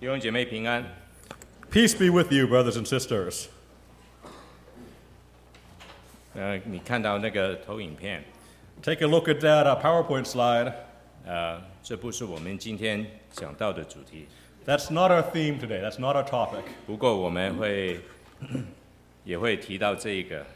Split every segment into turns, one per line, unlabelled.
弟兄姐妹平安。
Peace be with you, brothers and sisters.
呃，你看到那个投影片，
Take a look at that uh, PowerPoint slide.
呃，这不是我们今天讲到的主题，
That's not our theme today. That's not our topic.
不过我们会也会提到这个。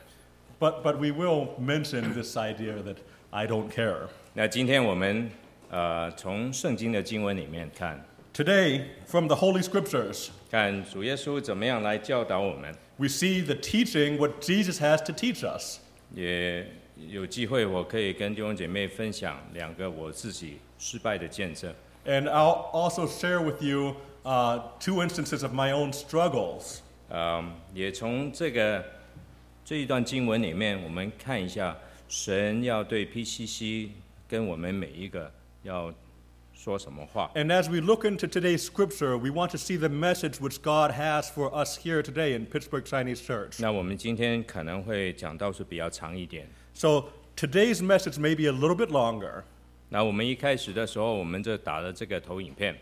But, but we will mention this idea that I don't care.
那今天我们呃从圣经的经文里面看，
Today, from the Holy Scriptures,
看主耶稣怎么样来教导我们，
we see the teaching what Jesus has to teach us.
也有机会我可以跟弟兄姐妹分享两个我自己失败的见证。
And I'll also share with you uh, two instances of my own struggles.
嗯，也从这个这一段经文里面，我们看一下神要对 PCC 跟我们每一个要说什么话。
And as we look into today's scripture, we want to see the message which God has for us here today in Pittsburgh Chinese Church.
那我们今天可能会讲到是比较长一点。
So today's message may be a little bit longer.
那我们一开始的时候，我们就打了这个投影片。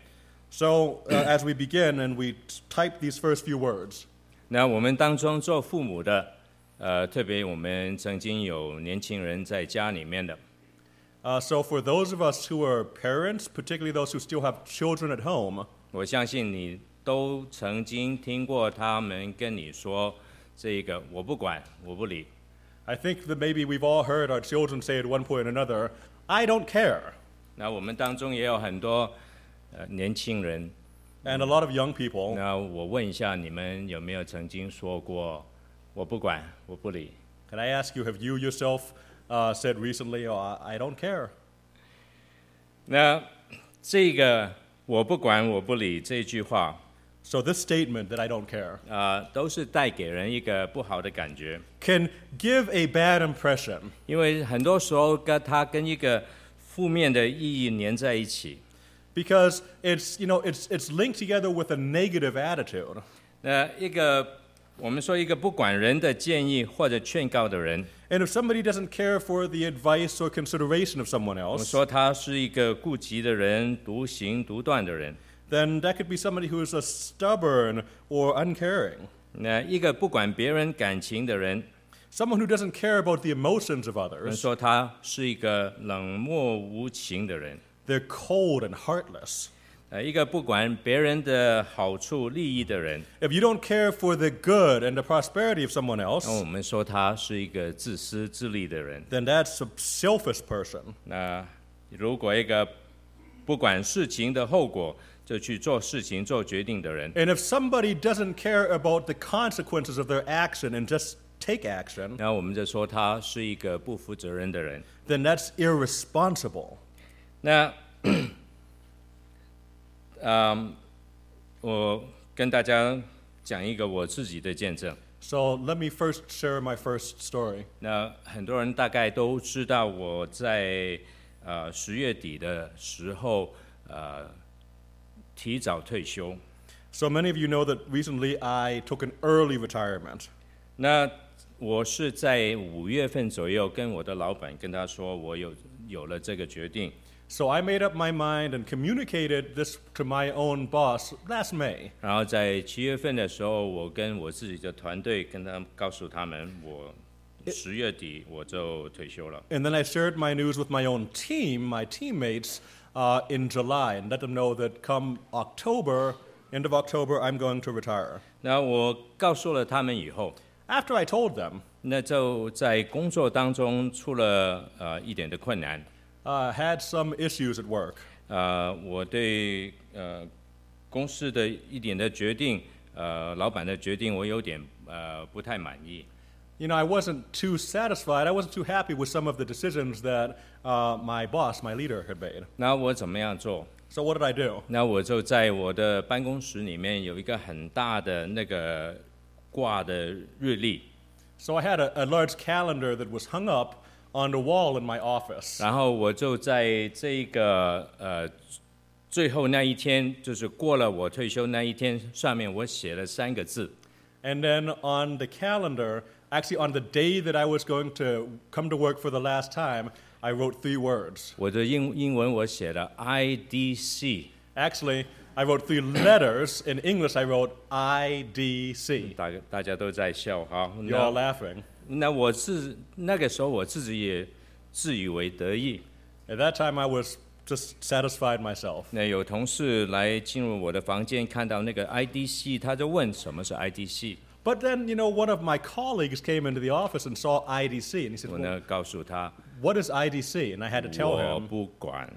So uh, as we begin and we t- type these first few words,
那我们当中做父母的，呃，特别我们曾经有年轻人在家里面的，
uh, so for those of us who are parents, particularly those who still have children at home,
我相信你都曾经听过他们跟你说这个“我不管，我不理”。
I think that maybe we've all heard our children say at one point or another, "I don't care,"
那我们当中也有很多呃年轻人，
and a lot of young people.
那我问一下，你们有没有曾经说过“我不管，我不理
Can I ask you, have you yourself uh, said recently, oh, I I don't care"? ”？
那这个“我不管，我不理”这句话
So this statement that I don't care
啊、呃都是带给人一个不好的感觉，
can give a bad impression
因为很多时候跟它跟一个负面的意义粘在一起。
because it's you know it's it's linked together with a negative attitude.
那一个我们说一个不管人的建议或者劝告的人，
And if somebody doesn't care for the advice or consideration of someone
我们
else,
说他是一个顾及的人、独行独断的人。
then that could be somebody who is a stubborn or uncaring,
那一个不管别人感情的人，
someone who doesn't care about the emotions of
我们
others.
说他是一个冷漠无情的人。
They're cold and heartless.
呃，一个不管别人的好处利益的人，
If you don't care for the good and the prosperity of someone
那我
else,
们说他是一个自私自利的人。
then that's a selfish person.
那如果一个不管事情的后果就去做事情、做决定的人，
And if somebody doesn't care about the consequences of their action and just take action,
那我们就说他是一个不负责任的人。
then that's irresponsible.
那，嗯，我跟大家讲一个我自己的见证。
So let me first share my first story.
那很多人大概都知道，我在呃十月底的时候，呃，提早退休。
So many of you know that recently I took an early retirement.
那我是在五月份左右跟我的老板跟他说，我有有了这个决定。
So I made up my mind and communicated this to my own boss last May.
然后在七月份的时候，我跟我自己的团队跟他们告诉他们，我十月底我就退休了。
And then I shared my news with my own team, my teammates, uh, in July, and let them know that come October, end of October, I'm going to retire.
那我告诉了他们以后，
After I told them,
那就在工作当中出了呃一点的困难。
uh, had some issues at work.
呃，我对呃公司的一点的决定，呃，老板的决定，我有点呃不太满意。
You know, I wasn't too satisfied. I wasn't too happy with some of the decisions that uh, my boss, my leader, had made.
那我怎么样做？
So what did I do?
那我就在我的办公室里面有一个很大的那个挂的日历，
So I had a, a large calendar that was hung up on the wall in my office.
然后我就在这个呃最后那一天，就是过了我退休那一天，上面我写了三个字，
And then on the calendar, actually on the day that I was going to come to work for the last time, I wrote three words.
我的英英文我写了 I D C。
Actually, I wrote three letters. In English, I wrote IDC.
大大家都在笑哈。
You're
那
all laughing.
那我自那个时候我自己也自以为得意。
At that time, I was just satisfied myself.
那有同事来进入我的房间，看到那个 IDC，他就问什么是 IDC。
But then, you know, one of my colleagues came into the office and saw IDC, and he said,
我
well,
呢告诉他，
What is IDC? And I had to tell
我
him,
不管。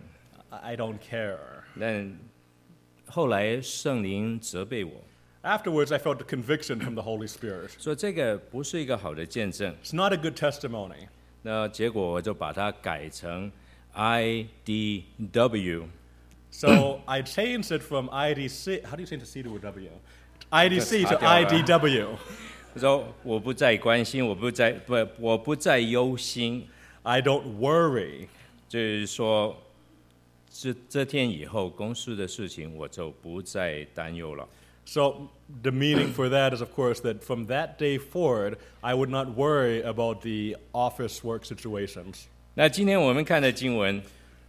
I I don't care.
但后来圣灵责备我
Afterwards, I felt a conviction from the Holy Spirit.
说，这个不是一个好的见证。
It's not a good testimony.
那结果我就把它改成 IDW。
So I changed it from IDC. How do you change a C to a W? IDC to
Just hard to-
IDW.
他说我不再关心，我不再不，我不再忧心，
I don't worry.
就是说，这这天以后公司的事情我就不再担忧了。
So the meaning for that is, of course, that from that day forward, I would not worry about the office work situations.
那今天我们看的经文，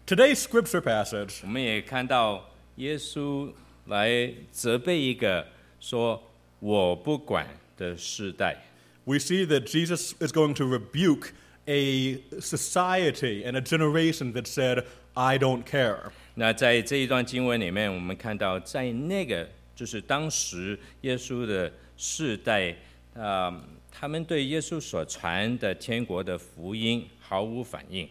Today's scripture passage
我们也看到耶稣来责备一个说“我不管”的世代。
we see that Jesus is going to rebuke a society and a generation that said, I don't care.
那在这一段经文里面，我们看到在那个就是当时耶稣的世代，啊、他们对耶稣所传的天国的福音毫无反应。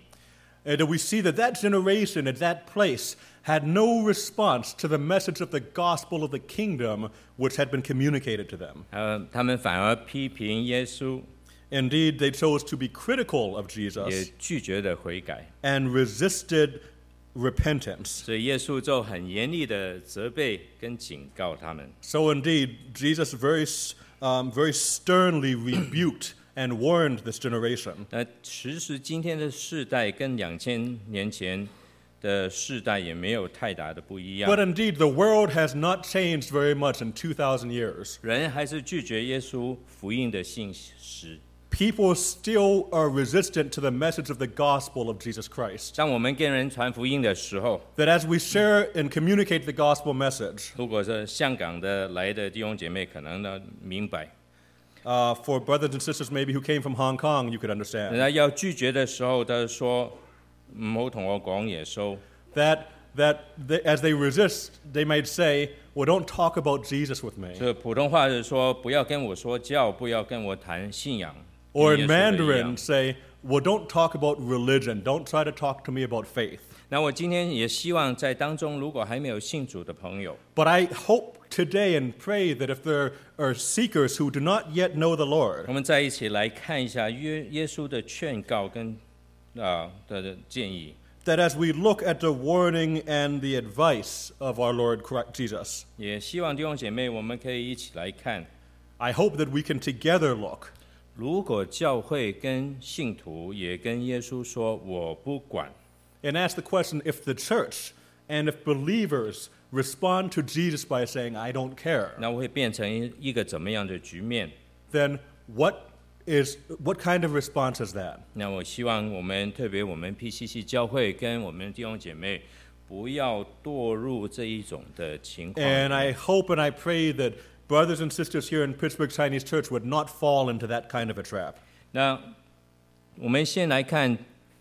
And we see that that generation at that place had no response to the message of the gospel of the kingdom which had been communicated to them.
呃，他们反而批评耶稣，
Indeed, they chose to be critical of
也
Jesus
拒绝的悔改，
and resisted repentance.
所以耶稣就很严厉的责备跟警告他们。
So, indeed, Jesus very, s- um, very sternly rebuked and warned this generation.
那其实今天的世代跟两千年前的世代也没有太大的不一样
But，indeed, the world has not changed very much in 2,000 years.
人还是拒绝耶稣福音的信实。
People still are resistant to the message of the gospel of Jesus Christ.
当我们跟人传福音的时候，
That as we share and communicate the gospel message,
如果是香港的来的弟兄姐妹，可能呢明白，
uh, for brothers and sisters maybe who came from Hong Kong, you could
人
understand
家要拒绝的时候，他说唔好同我講耶穌。
that, that they, as they resist, they might say, Well, don't talk about Jesus with me.
这普通话是说不要跟我说教，不要跟我谈信仰。
Or
跟耶稣的一
in
样
Mandarin, say, Well, don't talk about religion. Don't try to talk to me about faith.
那我今天也希望在当中，如果还没有信主的朋友，
But I hope today and pray that if there are seekers who do not yet know the
我
Lord,
们再一起来看一下约耶稣的劝告跟啊、的建议，
that as we look at the warning and the advice of our Lord Christ Jesus,
也希望弟兄姐妹我们可以一起来看。
I hope that we can together look.
如果教会跟信徒也跟耶稣说“我不管
and ask the question if the church and if believers respond to Jesus by saying, I don't”，care,
那会变成一一个怎么样的局面？
then what, is, what kind of response is that?
那我希望我们特别我们 PCC 教会跟我们弟兄姐妹不要堕入这一种的情况。
And I hope and I pray that brothers and sisters here in Pittsburgh Chinese Church would not fall into that kind of a trap.
那我们先来看，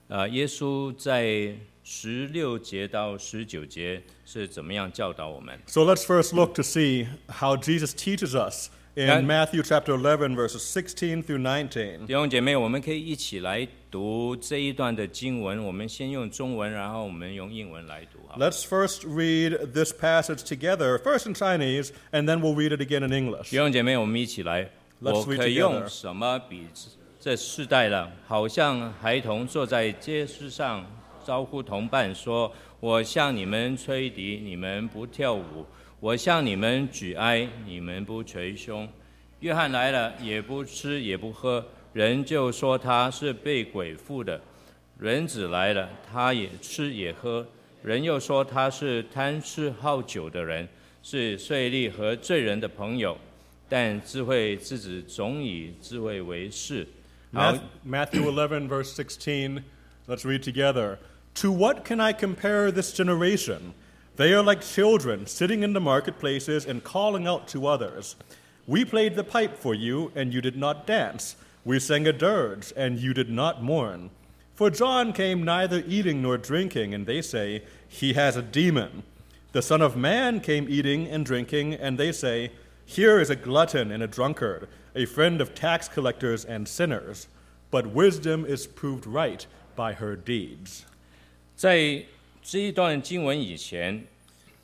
呃，耶稣在十六节到十九节是怎么样教导我们。
So let's first look to see how Jesus teaches us in
And-
Matthew chapter 11, verses 16 through 19.
弟兄姐妹，我们可以一起来读这一段的经文。我们先用中文，然后我们用英文来读好吗。
Let's first read this passage together, first in Chinese, and then we'll read it again in English.
弟兄姐妹，我们一起来。
Let's
我
read
可
together.
用什么比这世代了？好像孩童坐在街市上招呼同伴说：“我向你们吹笛，你们不跳舞；我向你们举哀，你们不捶胸。”约翰来了，也不吃也不喝，人就说他是被鬼附的；人子来了，他也吃也喝，人又说他是贪吃好酒的人，是税吏和罪人的朋友。但智慧之子总以智慧为事。好
Math-，Matthew 11, verse 16. Let's read together. To what can I compare this generation? They are like children sitting in the marketplaces and calling out to others. We played the pipe for you, and you did not dance. We sang a dirge, and you did not mourn. For John came neither eating nor drinking, and they say, He has a demon. The Son of Man came eating and drinking, and they say, Here is a glutton and a drunkard, a friend of tax collectors and sinners. But wisdom is proved right by her deeds.
在这一段经文以前，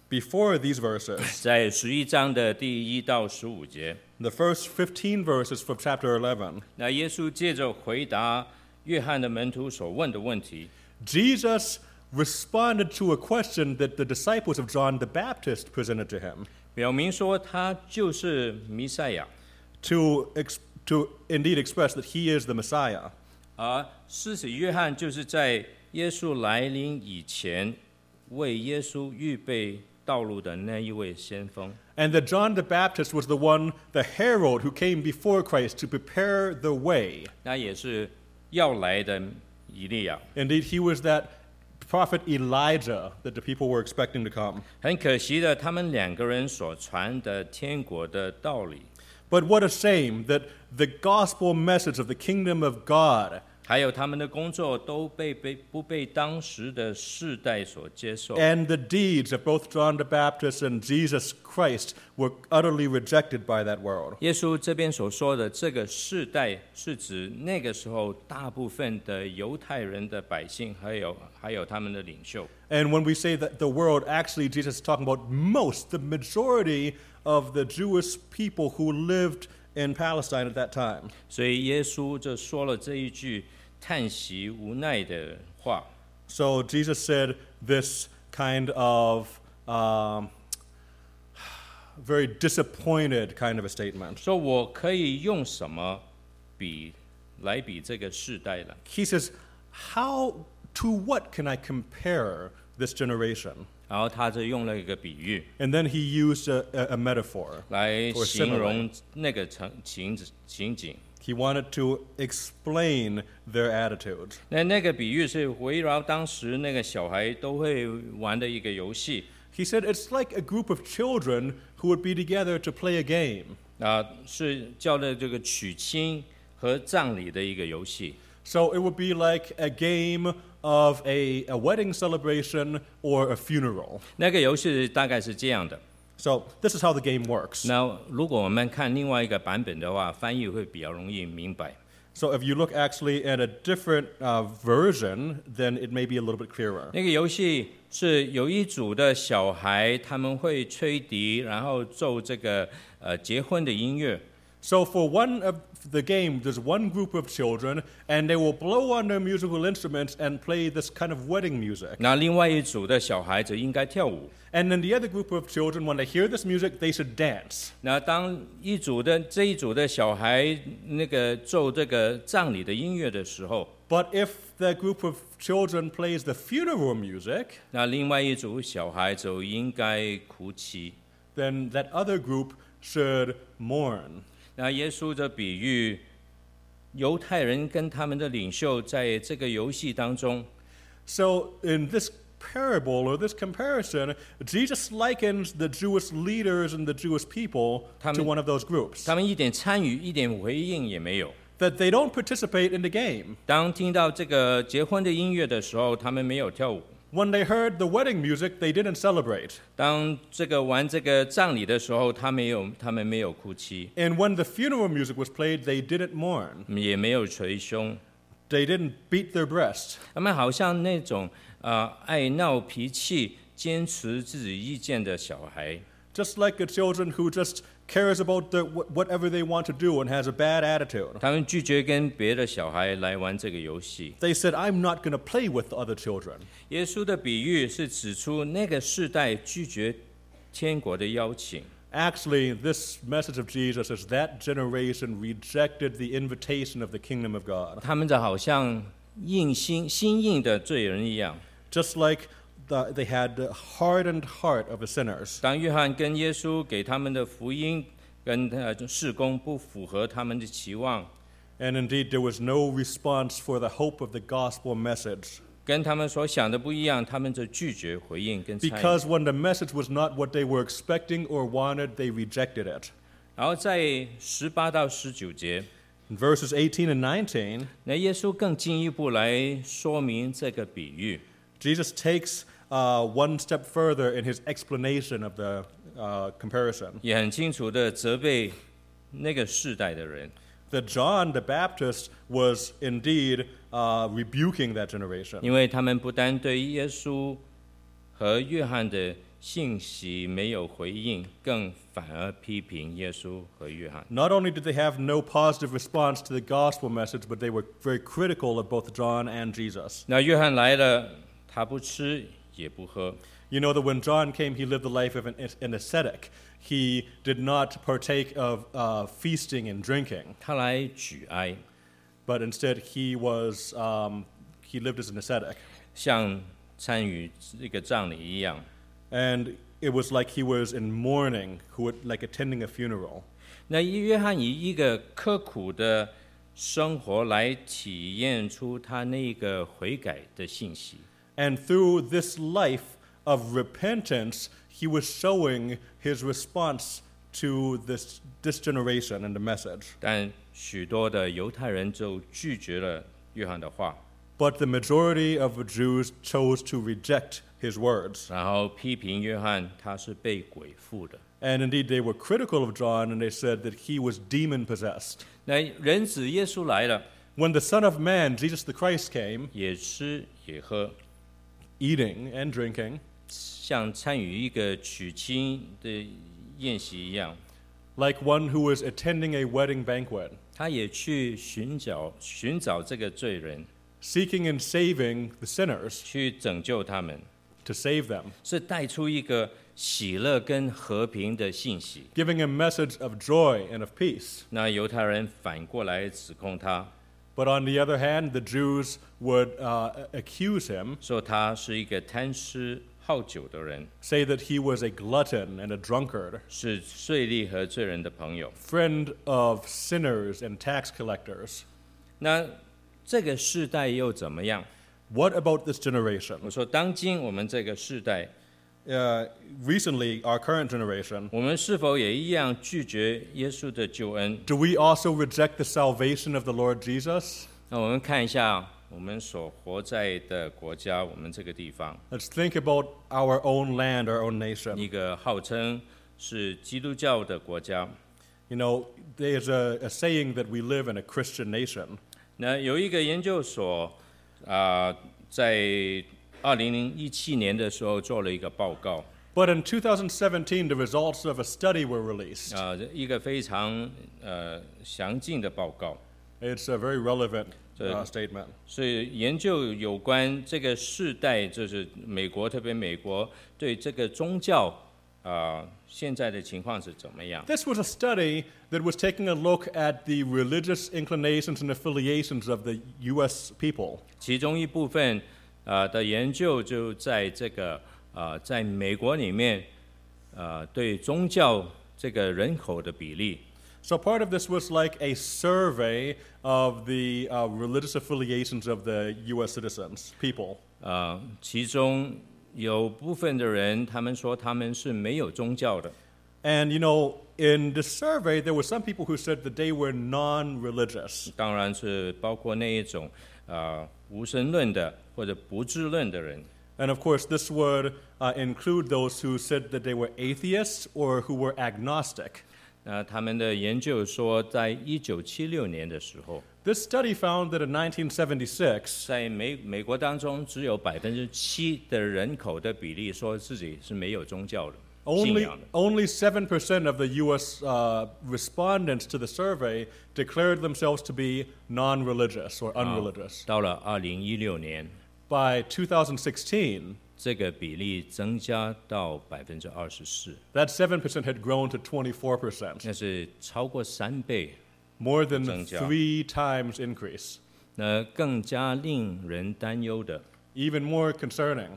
Before these verses,
在十一章的第一到十五节，
the first 15 verses from chapter 11,
那耶稣借着回答约翰的门徒所问的问题，
Jesus responded to a question that the disciples of John the Baptist presented to him.
表明说他就是弥赛亚，
to, ex- to indeed express that he is the Messiah.
而施洗约翰就是在耶稣来临以前为耶稣预备道路的那一位先锋。
And that John the Baptist was the one, the herald, who came before Christ to prepare the way.
那也是要来的以利亚。
Indeed, he was that prophet Elijah that the people were expecting to come.
很可惜的，他们两个人所传的天国的道理，
But what a shame that the gospel message of the kingdom of God
还有他们的工作，都被被不被当时的世代所接受。
and the deeds of both John the Baptist and Jesus Christ were utterly rejected by that world.
耶稣这边所说的这个世代，是指那个时候大部分的犹太人的百姓，还有还有他们的领袖。
And when we say that the world, actually, Jesus is talking about most, the majority of the Jewish people who lived in Palestine at that time.
所以耶稣就说了这一句叹息无奈的话。
So Jesus said this kind of um, very disappointed kind of a statement.
说我可以用什么比来比这个世代呢？
He says, How to what can I compare this generation?
然后他就用了一个比喻
And then he used a, a, a metaphor.
来
Or
形
similar
容那个情情情景。
He wanted to explain their attitudes.
那那个比喻是围绕当时那个小孩都会玩的一个游戏
He said it's like a group of children who would be together to play a game.
啊、是叫的这个娶亲和葬礼的一个游戏。
So it would be like a game of a, a wedding celebration or a funeral.
那个游戏大概是这样的。
So this is how the game works.
那如果我们看另外一个版本的话，翻译会比较容易明白。
So if you look actually at a different uh, version, then it may be a little bit clearer.
那个游戏是有一组的小孩，他们会吹笛，然后奏这个呃结婚的音乐。
So for one of the game, there's one group of children, and they will blow on their musical instruments and play this kind of wedding music.
那另外一组的小孩子应该跳舞。
And then the other group of children, when they hear this music, they should dance.
那当一组的这一组的小孩那个奏这个葬礼的音乐的时候，
But if the group of children plays the funeral music,
那另外一组小孩就应该哭泣。
then that other group should mourn.
那耶稣的比喻，犹太人跟他们的领袖在这个游戏当中
So, in this parable or this comparison, Jesus likens the Jewish leaders and the Jewish people to
Tamam.
one of those groups.
他们一点参与、一点回应也没有。
That they don't participate in the game.
当听到这个结婚的音乐的时候，他们没有跳舞；
When they heard the wedding music, they didn't celebrate.
当这个玩这个葬礼的时候，他没有，他们没有哭泣，
And when the funeral music was played, they didn't mourn.
也没有捶胸。
They didn't beat their breasts.
他们好像那种呃爱闹脾气、坚持自己意见的小孩。
Just like the children who just cares about the, wh- whatever they want to do and has a bad attitude.
他们拒绝跟别的小孩来玩这个游戏。
They said, I'm not going to play with the other children.
耶稣的比喻是指出那个世代拒绝天国的邀请。
Actually, this message of Jesus is that generation rejected the invitation of the kingdom of God.
他们就好像硬心心硬的罪人一样，
Just like the, they had the hardened heart of the sinners.
当约翰跟耶稣给他们的福音跟呃事工不符合他们的期望，
And indeed, there was no response for the hope of the gospel message.
跟他们所想的不一样，他们就拒绝回应跟参与。
Because when the message was not what they were expecting or wanted, they rejected it.
然后在十八到十九节，
In verses 18 and 19,
那耶稣更进一步来说明这个比喻。
Jesus takes uh, one step further in his explanation of the uh, comparison.
也很清楚的责备那个世代的人。
That John the Baptist was indeed uh, rebuking that generation.
因为他们不单对耶稣和约翰的信息没有回应，更反而批评耶稣和约翰。
Not only did they have no positive response to the gospel message, but they were very critical of both John and Jesus.
那约翰来了，他不吃也不喝，
You know that when John came, he lived the life of an, an ascetic. He did not partake of uh, feasting and drinking,
他来举哀，
but instead he was um, he lived as an ascetic,
像参与这个葬礼一样。
and it was like he was in mourning, who would, like attending a funeral.
那约翰以一个刻苦的生活来体验出他那个悔改的信息。
And through this life of repentance, he was showing his response to this, this generation and the message.
但许多的犹太人就拒绝了约翰的话，
But the majority of the Jews chose to reject his words.
然后批评约翰他是被鬼附的。
And indeed, they were critical of John and they said that he was demon possessed.
那人子耶稣来了，
When the Son of Man, Jesus the Christ, came,
也吃也喝，
eating and drinking,
像参与一个娶亲的宴席一样，
like one who was attending a wedding banquet,
他也去寻找寻找这个罪人，
seeking and saving the sinners
去拯救他们，
to save them,
是带出一个喜乐跟和平的信息。
giving a message of joy and of peace.
那犹太人反过来指控他，
But on the other hand, the Jews would uh, accuse him,
说他是一个贪吃好酒的人。
say that he was a glutton and a drunkard,
是税吏和罪人的朋友。
friend of sinners and tax collectors.
那这个世代又怎么样？
What about this
我
generation?
说，当今我们这个世代，
Uh, recently, our current generation,
我们是否也一样拒绝耶稣的救恩？
do we also reject the salvation of the Lord Jesus?
那我们看一下我们所活在的国家，我们这个地方，
Let's think about our own land, our own nation.
一个号称是基督教的国家。
You know, there's a, a saying that we live in a Christian nation.
那有一个研究所，啊、在二零零一七年的时候做了一个报告，
But in 2017, the results of a study were released.
啊、一个非常呃详尽的报告。
It's a very relevant uh,
So-
statement.
是研究有关这个世代，就是美国，特别美国对这个宗教啊、现在的情况是怎么样？
This was a study that was taking a look at the religious inclinations and affiliations of the U.S. people.
其中一部分啊的研究就在这个啊、在美国里面啊对宗教这个人口的比例。
So part of this was like a survey of the uh, religious affiliations of the U.S. citizens, people.
啊，其中有部分的人，他们说他们是没有宗教的，
And you know, in this survey, there were some people who said that they were non-religious.
当然是包括那一种啊、无神论的或者不自论的人。
And of course, this would uh, include those who said that they were atheists or who were agnostic.
那他们的研究说，在一九七六年的时候，
This study found that in 1976,
在美美国当中，只有百分之七的人口的比例说自己是没有宗教的信
Only,
仰的。
only 7% of the U.S. Uh, respondents to the survey declared themselves to be non religious or unreligious.
到了二零一六年，
By 2016,
这个比例增加到百分之二十四，
that 7% had grown to 24%,
那是超过三倍。
more than
增加。
three times increase.
那更加令人担忧的，
Even more concerning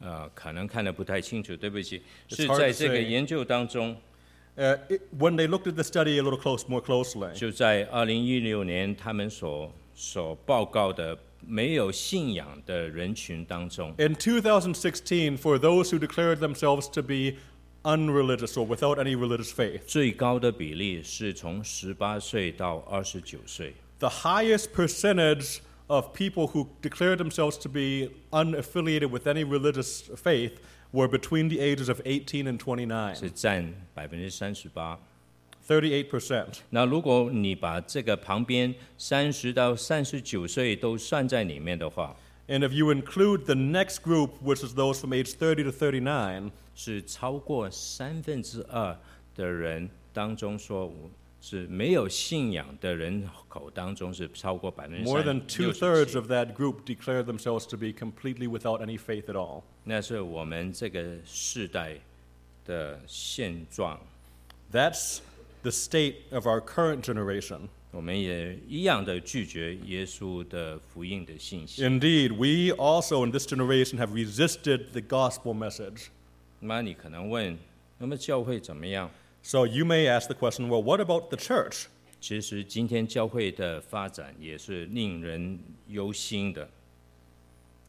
呃，可能看得不太清楚，对不起，
It's
是
hard to
在这个
say.
研究当中，
uh, it- when they looked at the study a little close, more closely,
就在二零一六年他们所所报告的没有信仰的人群当中。
In 2016, for those who declared themselves to be unreligious or without any religious faith,
最高的比例是从十八岁到二十九岁，
the highest percentage of people who declared themselves to be unaffiliated with any religious faith were between the ages of 18 and 29,
是占百分之三十八。
38%.
那如果你把这个旁边三十到三十九岁都算在里面的话，
And if you include the next group, which is those from age 30 to 39,
是超过三分之二的人当中说是没有信仰的人口当中是超过百分之
more than two thirds of that group declared themselves to be completely without any faith at all.
那是我们这个世代的现状。
That's the state of our current generation.
我们也一样的拒绝耶稣的福音的信息。
Indeed, we also in this generation have resisted the gospel message.
那你可能问，那么教会怎么样？
So you may ask the question well, what about the church?
其实今天教会的发展也是令人忧心的。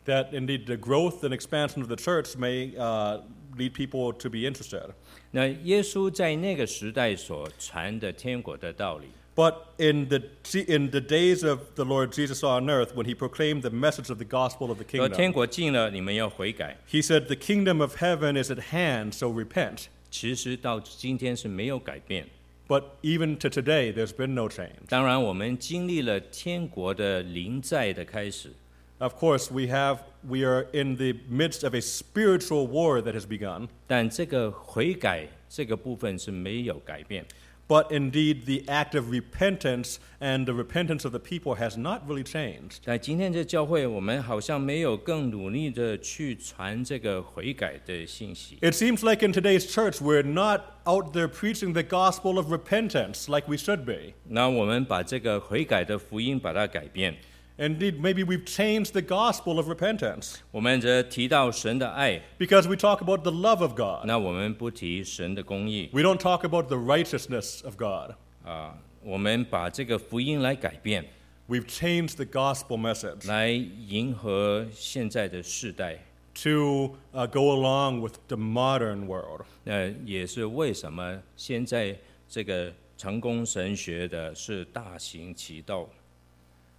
That indeed the growth and expansion of the church may uh, lead people to be interested.
那耶稣在那个时代所传的天国的道理，
But in the, in the days of the Lord Jesus on earth, when he proclaimed the message of the gospel of the
说天
kingdom,
国近了，你们要悔改。
he said, The kingdom of heaven is at hand, so repent.
其实到今天是没有改变。
But even to today, there's been no change.
当然，我们经历了天国的临在的开始，
Of course, we, have, we are in the midst of a spiritual war that has begun.
但这个悔改这个部分是没有改变。
But indeed, the act of repentance and the repentance of the people has not really changed.
但今天这教会，我们好像没有更努力的去传这个悔改的信息。
It seems like in today's church, we're not out there preaching the gospel of repentance like we should be.
那我们把这个悔改的福音把它改变，
Indeed, maybe we've changed the gospel of repentance
我们则提到神的爱，
because we talk about the love of God.
那我们不提神的公义
We don't talk about the righteousness of God.
啊、我们把这个福音来改变，
We've changed the gospel message
来迎合现在的世代。
to uh, go along with the modern world.
那也是为什么现在这个成功神学的是大行其道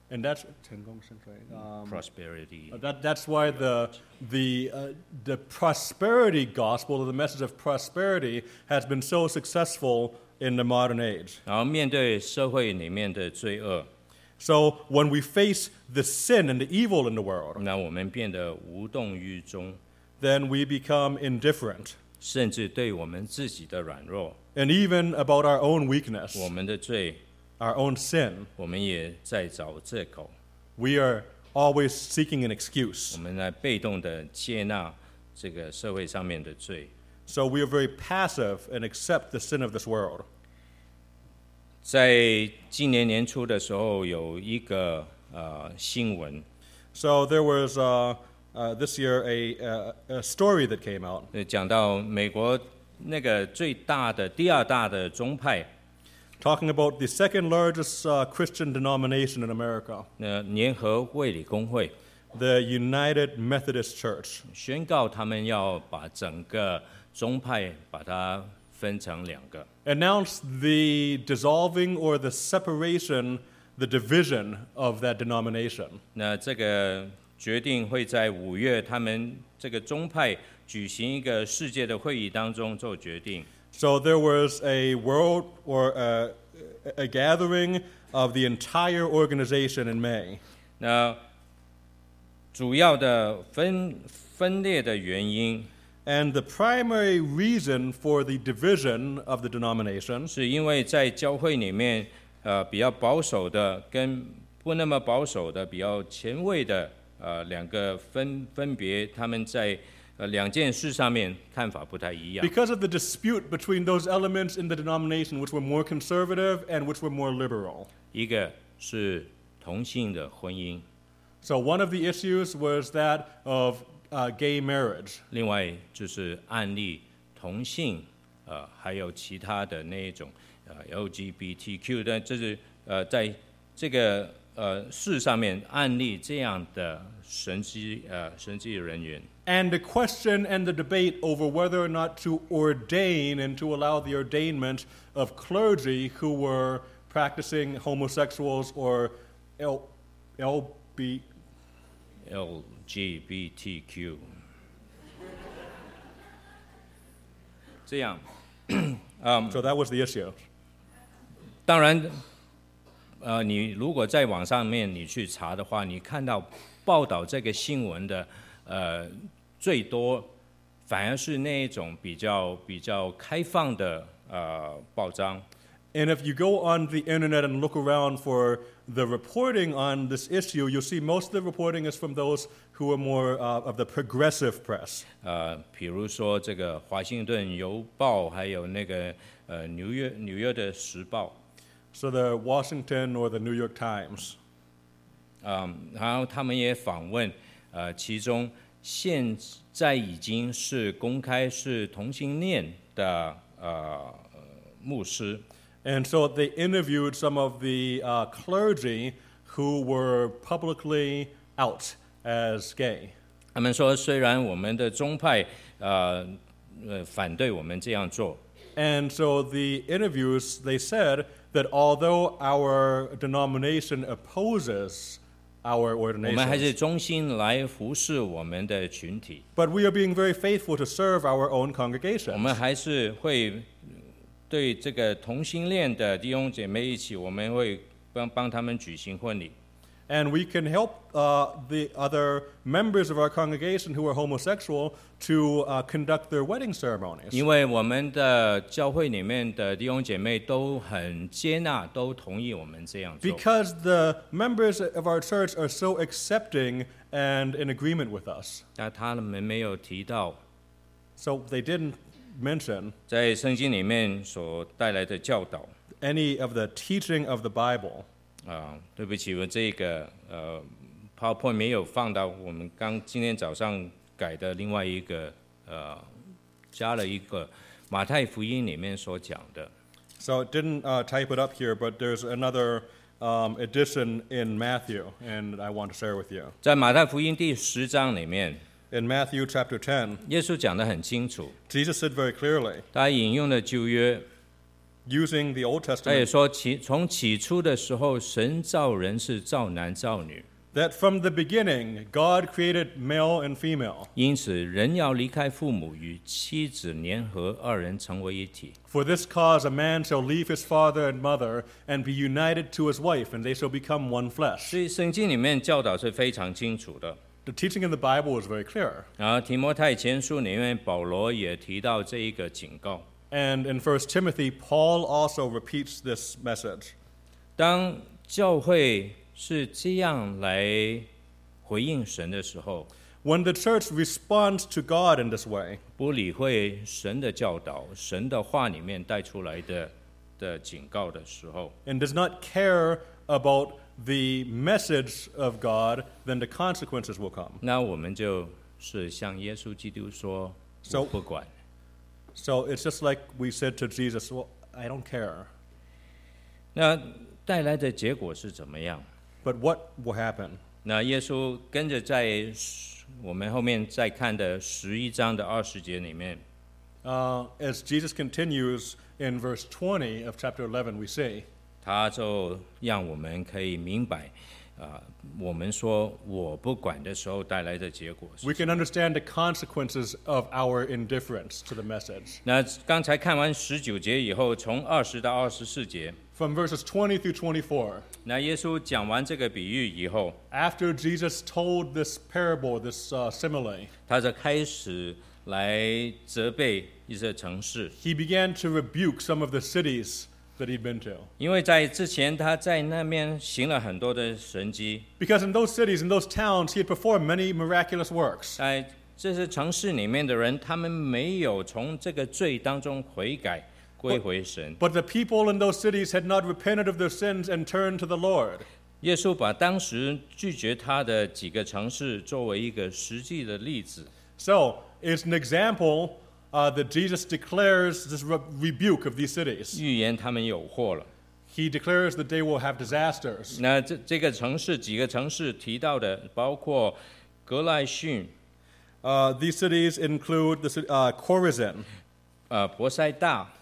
And that's um,
（prosperity）。
that, that's why the, the, uh, the prosperity gospel, or the message of prosperity, has been so successful in the modern age.
然后面对社会里面的罪恶，
So when we face the sin and the evil in the world,
那我们变得无动于衷，
then we become indifferent.
甚至对我们自己的软弱、
and even about our own weakness,
我们的罪，
our own sin.
我们也在找借口，
We are always seeking an
我
excuse.
们在被动的接纳这个社会上面的罪。
So we are very passive and accept the sin of this world.
在今年年初的时候，有一个呃新闻，
So there was uh, uh, this year a, uh, a story that came out.
呃讲到美国那个最大的、第二大的宗派，
Talking about the second largest uh, Christian denomination in America,
呃，联合卫理公会
the United Methodist Church.
宣告他们要把整个宗派把它分成两个。
announced the dissolving or the separation, the division of that denomination.
那这个决定会在五月他们这个宗派举行一个世界的会议当中做决定。
So there was a world or a, a gathering of the entire organization in May.
那主要的分分裂的原因，
And the primary reason for the division of the denomination
是因为在教会里面，呃，比较保守的跟不那么保守的、比较前卫的，呃，两个分分别他们在呃两件事上面看法不太一样。
because of the dispute between those elements in the denomination which were more conservative and which were more liberal.
一个是同性的婚姻，
So one of the issues was that of uh, gay marriage.
另外就是案例同性，呃，还有其他的那一种呃 LGBTQ 但这是呃在这个呃事上面案例这样的神迹呃神迹人员。
And the question and the debate over whether or not to ordain and to allow the ordainment of clergy who were practicing homosexuals or L, LB,
LGBTQ。这样，
so that was the issue.
当然，呃，你如果在网上面你去查的话，你看到报道这个新闻的，呃，最多反而是那一种比较比较开放的呃报章。
And if you go on the internet and look around for the reporting on this issue, you'll see most of the reporting is from those who are more uh, of the progressive press.
呃，比如说这个《华盛顿邮报》，还有那个呃纽约纽约的《时报》，
So the Washington or the New York Times.
嗯，然后他们也访问，呃，其中现在已经是公开是同性恋的呃呃牧师，
And so they interviewed some of the uh, clergy who were publicly out as gay.
他们说虽然我们的宗派呃呃反对我们这样做，
And so the interviews, they said that although our denomination opposes our
我们还
ordination,
是忠心来服侍我们的群体，
but we are being very faithful to serve our own
我
congregation.
们还是会对这个同性恋的弟兄姐妹一起，我们会帮帮他们举行婚礼。
And we can help uh, the other members of our congregation who are homosexual to uh, conduct their wedding ceremonies.
因为我们的教会里面的弟兄姐妹都很接纳，都同意我们这样做。
Because the members of our church are so accepting and in agreement with us.
但他们没有提到，
So they didn't mention
在圣经里面所带来的教导
any of the teaching of the Bible.
啊、对不起，我这个呃 PowerPoint 没有放到我们刚今天早上改的另外一个呃，加了一个马太福音里面所讲的。
So it didn't uh, type it up here, but there's another um, edition in Matthew, and I want to share with you.
在马太福音第十章里面，
In Matthew chapter 10,
耶稣讲得很清楚，
Jesus said very clearly,
他引用了旧约，
using the Old
他也
Testament,
说起从起初的时候，神造人是造男造女，
that from the beginning, God created male and female.
因此人要离开父母与妻子联合，二人成为一体。
For this cause a man shall leave his father and mother and be united to his wife, and they shall become one flesh.
所以圣经里面教导是非常清楚的。
The teaching in the Bible is very clear.
然后提摩太前书里面，保罗也提到这一个警告：
And in 1 Timothy, Paul also repeats this message.
当教会是这样来回应神的时候，
When the church responds to God in this way,
不理会神的教导、神的话里面带出来的的警告的时候，
and does not care about the message of God, then the consequences will come.
那我们就是向耶稣基督说：“
So-
我不管。
So it's just like we said to Jesus, Well, I don't care. ”
那带来的结果是怎么样？
But what will happen?
那耶稣跟着在我们后面再看的十一章的二十节里面，
Uh, as Jesus continues in verse 20 of chapter 11, we see,
他就让我们可以明白，啊、我们说我不管的时候带来的结果是。
we can understand the consequences of our indifference to the message.
那刚才看完十九节以后，从二十到二十四节，
From verses 20 through 24,
那耶稣讲完这个比喻以后，
after Jesus told this parable, this uh, simile,
他就开始来责备一些城市，
he began to rebuke some of the cities that he'd been to.
因为在之前他在那边行了很多的神迹，
Because in those cities, in those towns, he had performed many miraculous works.
在这些城市里面的人，他们没有从这个罪当中悔改归回神。
But the people in those cities had not repented of their sins and turned to the Lord.
耶稣把当时拒绝他的几个城市作为一个实际的例子，
So it's an example uh, that Jesus declares this re- rebuke of these cities.
预言他们有祸了。
He declares that they will have disasters.
那这这个城市几个城市提到的，包括格莱逊、
Uh, these cities include the ci- uh, Chorazin,
呃博塞大，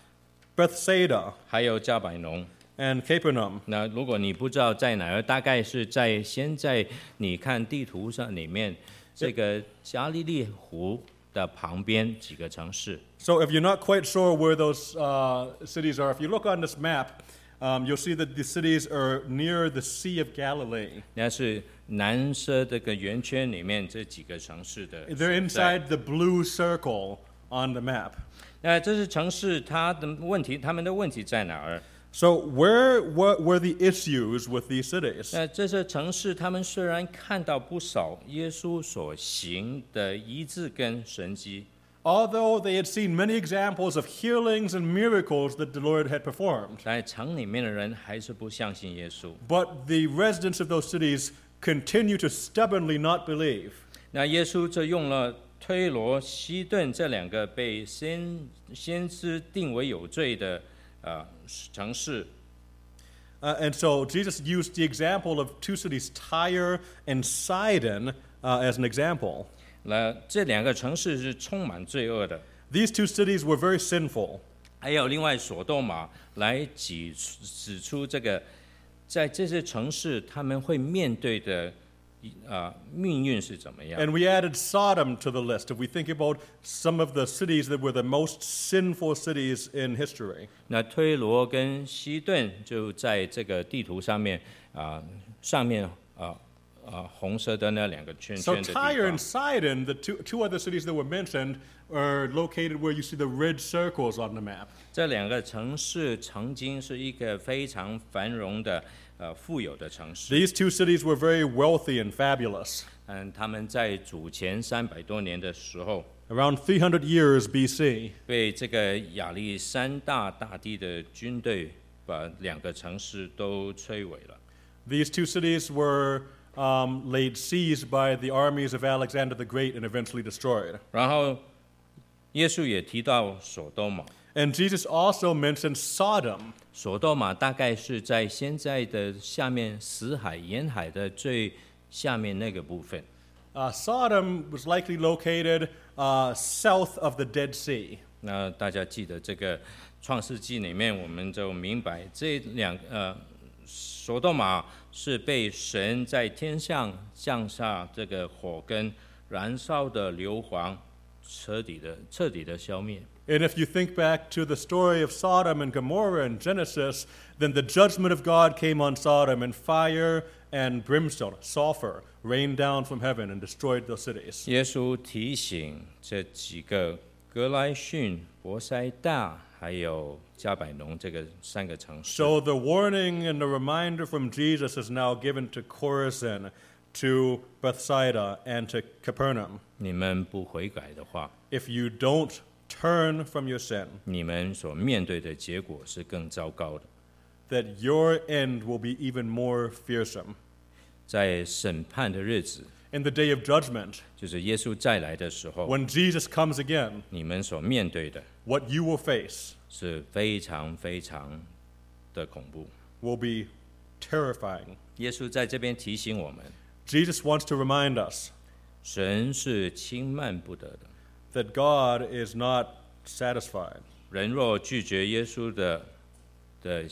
Bethsaida,
还有加百农。
and Capernaum.
那如果你不知道在哪儿，大概是在现在你看地图上里面这个加利利湖的旁边几个城市。
So if you're not quite sure where those uh, cities are, if you look on this map, um, you'll see that the cities are near the Sea of Galilee.
那是蓝色这个圆圈里面这几个城市的所
They're
在。
inside the blue circle on the map.
那这是城市它的问题，他们的问题在哪儿？
So where were, were the issues with these cities?
那这些城市，他们虽然看到不少耶稣所行的医治跟神迹，
Although they had seen many examples of healings and miracles that the Lord had performed,
但城里面的人还是不相信耶稣。
but the residents of those cities continue to stubbornly not believe.
那耶稣就用了推罗、西顿这两个被先先知定为有罪的呃城市，
Uh, and so Jesus used the example of two cities, Tyre and Sidon, uh, as an example.
那这两个城市是充满罪恶的。
These two cities were very sinful.
还有另外索多玛来指指出这个，在这些城市他们会面对的呃命运是怎么样。
And we added Sodom to the list if we think about some of the cities that were the most sinful cities in history.
那推罗跟西顿就在这个地图上面啊、上面啊啊、红色的那两个圈
So
圈的地
Tyre
方
and。Sidon, the two, two other cities that were mentioned, are located where you see the red circles on the map.
这两个城市曾经是一个非常繁荣的呃富有的城市，
These two cities were very wealthy and fabulous.
嗯，他们在主前三百多年的时候。
Around 300 years BC,
被这个亚历山大大帝的军队把两个城市都摧毁了。
These two cities were um, laid siege by the armies of Alexander the Great and eventually destroyed.
然后，耶稣也提到索多玛，
And Jesus also mentioned Sodom.
索多玛大概是在现在的下面死海沿海的最下面那个部分。
Uh, Sodom was likely located uh, south of the Dead Sea.
那大家记得这个《创世纪》里面，我们就明白这两呃，索多玛是被神在天上降下这个火跟燃烧的硫磺，彻底的彻底的消灭。
And if you think back to the story of Sodom and Gomorrah in Genesis, then the judgment of God came on Sodom, and fire and brimstone, sulfur, rained down from heaven and destroyed those cities.
耶稣提醒这几个格莱逊、博塞大还有加百农这个三个城市。
So the warning and the reminder from Jesus is now given to Chorazin, to Bethsaida, and to Capernaum.
你们不悔改的话，
If you don't turn from your sin,
你们所面对的结果是更糟糕的。
that your end will be even more fearsome.
在审判的日子，
In the day of judgment,
就是耶稣再来的时候，
when Jesus comes again,
你们所面对的
what you will face
是非常非常的恐怖。
will be terrifying.
耶稣在这边提醒我们，
Jesus wants to remind us
神是轻慢不得的。
that God is not satisfied.
人若拒绝耶稣的的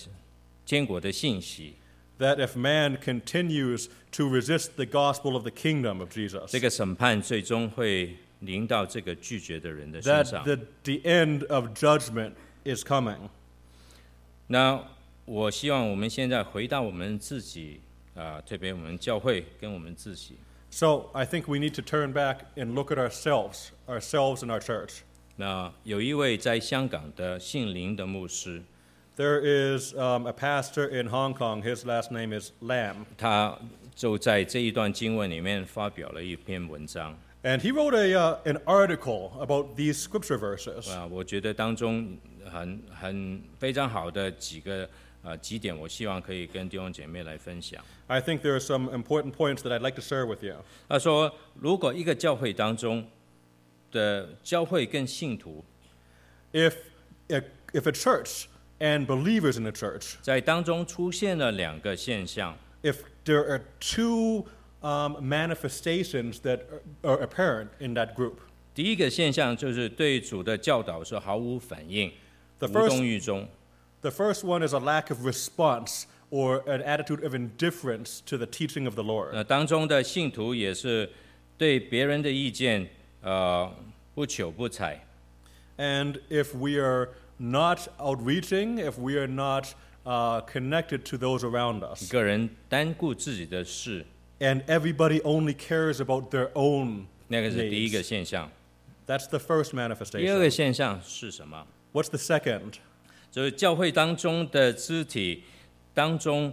坚果的信息，
That if man continues to resist the gospel of the kingdom of Jesus,
这个审判最终会临到这个拒绝的人的身
that
上。
the, the end of judgment is coming.
那我希望我们现在回到我们自己啊、特别我们教会跟我们自己。
So I think we need to turn back and look at ourselves, ourselves and our church.
那有一位在香港的姓林的牧师，
There is um, a pastor in Hong Kong. His last name is Lam.
他就在这一段经文里面发表了一篇文章
And he wrote a, uh, an article about these scripture verses.
啊，我觉得当中很很非常好的几个啊几点，我希望可以跟弟兄姐妹来分享。
I think there are some important points that I'd like to share with you.
他说，如果一个教会当中的教会跟信徒
If a, if a church and believers in the church.
在当中出现了两个现象。
If there are two um, manifestations that are are apparent in that group,
第一个现象就是对主的教导是毫无反应，
The
无
first-
动于衷。
the first one is a lack of response or an attitude of indifference to the teaching of the Lord.
那呃当中的信徒也是对别人的意见，呃，不求不睬。
And if we are not outreaching, if we are not uh, connected to those around
一
us,
个人单顾自己的事，
and everybody only cares about their own
那个是第一个
needs,
现象。
that's the first
第二个
manifestation.
现象是什么？
What's the second?
就是教会当中的肢体当中，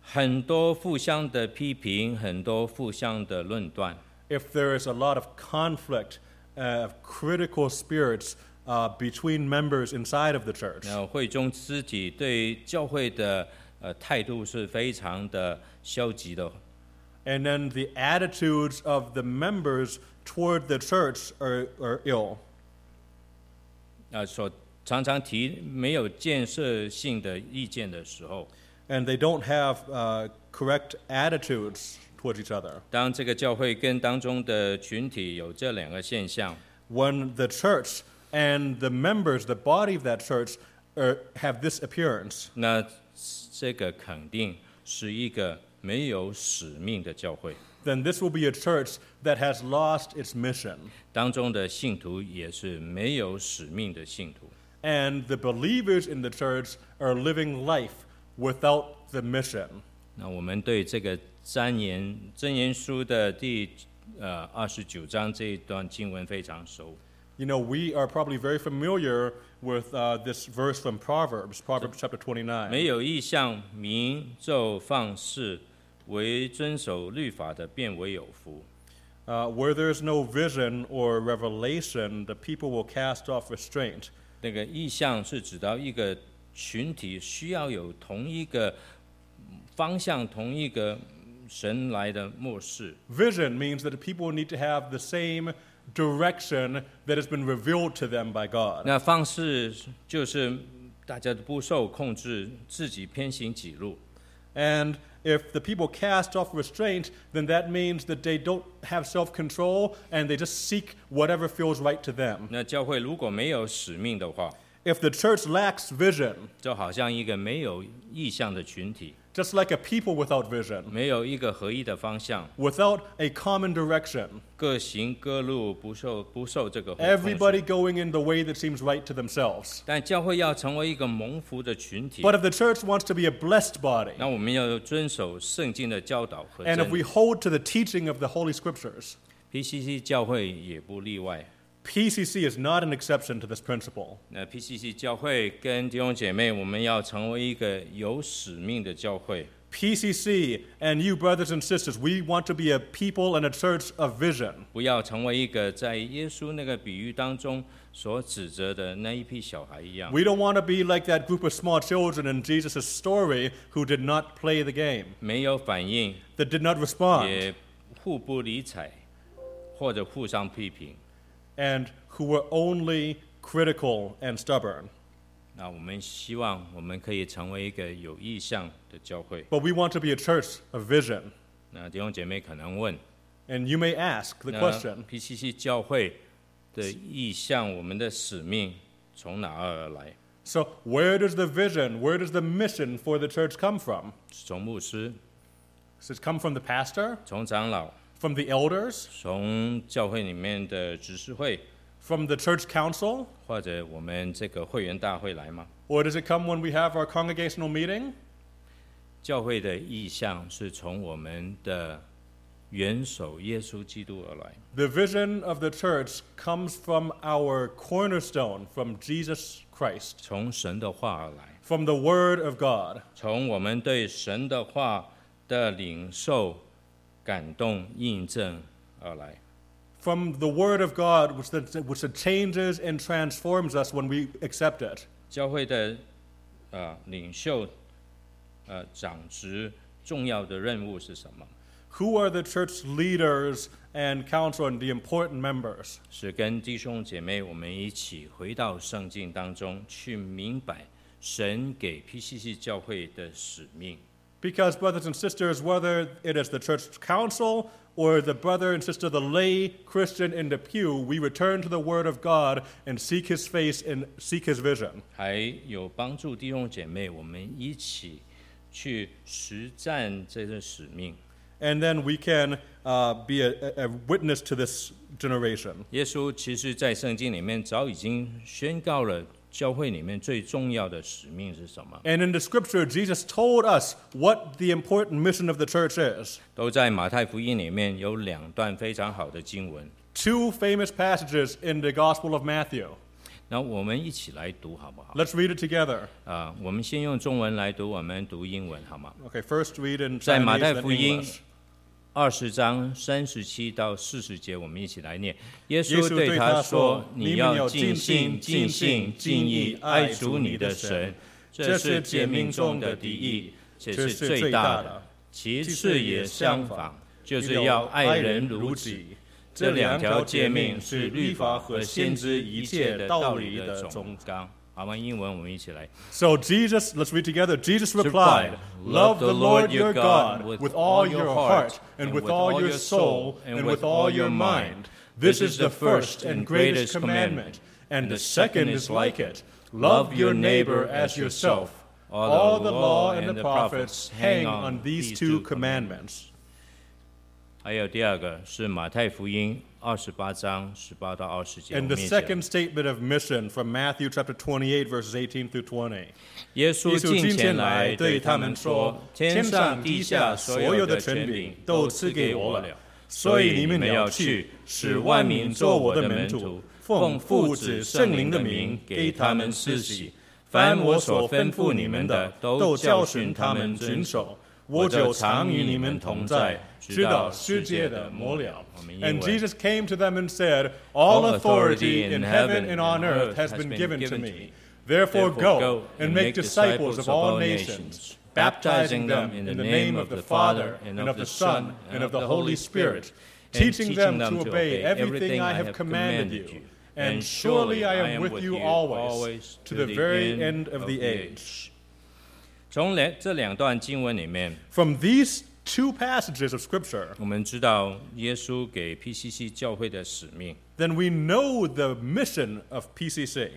很多互相的批评，很多互相的论断。
If there is a lot of conflict, uh, of critical spirits uh, between members inside of the church,
那会中肢体对教会的呃态度是非常的消极的，
and then the attitudes of the members toward the church are, are ill.
啊，所常常提没有建设性的意见的时候，
and they don't have uh, correct attitudes towards each other.
当这个教会跟当中的群体有这两个现象，
When the church and the members, the body of that church, are, have this appearance,
那这个肯定是一个没有使命的教会，
then this will be a church that has lost its mission.
当中的信徒也是没有使命的信徒。
And the believers in the church are living life without the mission.
那我们对这个箴言箴言书的第呃二十九章这一段经文非常熟。
You know, we are probably very familiar with uh, this verse from Proverbs, Proverbs chapter 29.
没有意向明昼放肆，唯遵守律法的便为有福。
Uh, where there is no vision or revelation, the people will cast off restraint.
那个意向是指到一个群体需要有同一个嗯方向、同一个嗯神来的漠视。
Vision means that the people need to have the same direction that has been revealed to them by God.
那放肆就是大家都不受控制，自己偏行己路。
And if the people cast off restraint, then that means that they don't have self control and they just seek whatever feels right to them.
那教会如果没有使命的话，
If the church lacks vision,
就好像一个没有意向的群体，
just like a people without vision,
没有一个合一的方向，
without a common direction,
各行各路，不受不受这个控制
everybody going in the way that seems right to themselves.
但教会要成为一个蒙福的群体，
But if the church wants to be a blessed body,
那我们要遵守圣经的教导和
and if
真
we
理。
hold to the teaching of the Holy Scriptures,
PCC 教会也不例外。
PCC is not an exception to this principle.
那 PCC 教会跟弟兄姐妹，我们要成为一个有使命的教会。
PCC and you, brothers and sisters, we want to be a people and a church of vision.
不要成为一个在耶稣那个比喻当中所指责的那一批小孩一样。
We don't want to be like that group of small children in Jesus' story who did not play the game,
没有反应，
that did not respond,
也互不理睬，或者互相批评。
and who were only critical and stubborn.
那我们希望我们可以成为一个有意向的教会。
But we want to be a church of vision.
那弟兄姐妹可能问，
And you may ask the
那
question
PCC 教会的意向，我们的使命从哪儿而来？
so, where does the vision, where does the mission for the church come from?
是从牧师、
Does it come from the pastor,
从长老、
from the elders,
从教会里面的执事会，
from the church council,
或者我们这个会员大会来吗？
or does it come when we have our congregational meeting?
教会的意向是从我们的元首耶稣基督而来。
The vision of the church comes from our cornerstone, from Jesus Christ,
从神的话而来，
from the Word of God,
从我们对神的话的领受、感动、印证而来。
from the Word of God, which, the, which the changes and transforms us when we accept it.
教会的呃领袖、呃长职重要的任务是什么？
Who are the church leaders and council and the important members?
是跟弟兄姐妹我们一起回到圣经当中去明白神给 PCC 教会的使命。
Because, brothers and sisters, whether it is the church council or the brother and sister, the lay Christian in the pew, we return to the Word of God and seek His face and seek His vision.
还有帮助弟兄姐妹，我们一起去实战这个使命。
And then we can uh, be a, a a witness to this generation.
耶稣其实，在圣经里面早已经宣告了教会里面最重要的使命是什么，
And in the scripture, Jesus told us what the important mission of the church is.
都在马太福音里面有两段非常好的经文。
Two famous passages in the Gospel of Matthew.
那我们一起来读好不好？
Let's read it together.
啊、我们先用中文来读，我们读英文好吗？
Okay, first read in
在
Chinese,
马
then
太福音
English.
二十章三十七到四十节，我们一起来念。耶
耶
稣
稣
对
对
他
他
说
说：“
你
你们
要
要
尽
尽
心、尽
心尽
性、
性
尽
尽
意
意
爱
爱
主
主
你
你
的
的
神
神，
这
这
是诫
是诫
命
命
中
中
的
的
第
第
一
一，
且
这
是
是
最
最
大
大
的
的。
其
其
次
次也
也相
相
仿
仿，
就是要爱人如己。这
这
两
两
条
条
诫
诫
命
命
是
是
律
律
法
法
和
和
先
先
知
知
一
一
切
切
的
的
道
道
理
理
的
的
总
总
纲。”好吗？英文我们一起来。
So Jesus, let's read together. Jesus replied, Love the Lord your God with all your heart, and with all your soul, and with all your mind. This is the first and greatest commandment. And the second is like it love your neighbor as yourself. All the law and the prophets hang on these two commandments.
还有第二个是马太福音二十八章十八到二十节。
And
我
the
们一起来
second statement of mission from Matthew chapter 28, verses 18 through 20.
耶稣
耶稣
进
进
前
前
来
来
对
对
他
他
们
们
说
说：“
天
天
上
上
地
地
下
下
所
所
有
有
的
的
权
权
柄
柄
都
都
赐
赐
给
给
我
我
了
了，
所
所
以
以
你
你
们
们
要
要
去
去，
使
使
万
万
民
民
做
做
我
我
的
的
门
门
徒
徒，
奉
奉
父
父
子
子
圣
圣
灵
灵
的
的
名
名
给
给
他
他
们
们
施
施
洗
洗。
凡
凡
我
我
所
所
吩
吩
咐
咐
你
你
们
们
的
的，
都
都
教
教
训
训
他
他
们
们
遵
遵
守
守。
我
我
就
就
常
常
与
与
你
你
们
们
同
同
在
在，
直
直
到
到
世
世
界
界
的
的
末
末
了
了。
Amen.
And Jesus came to them and said, All authority in heaven and on earth has been given to me. Therefore go and make disciples of all nations, baptizing them in the name of the Father and of the Son and of the Holy Spirit, teaching them to obey everything I have commanded you. And surely I am with you always to the very end of the age.
从两这两段经文里面，
From these two passages of Scripture,
我们知道耶稣给 PCC 教会的使命，
then we know the mission of PCC.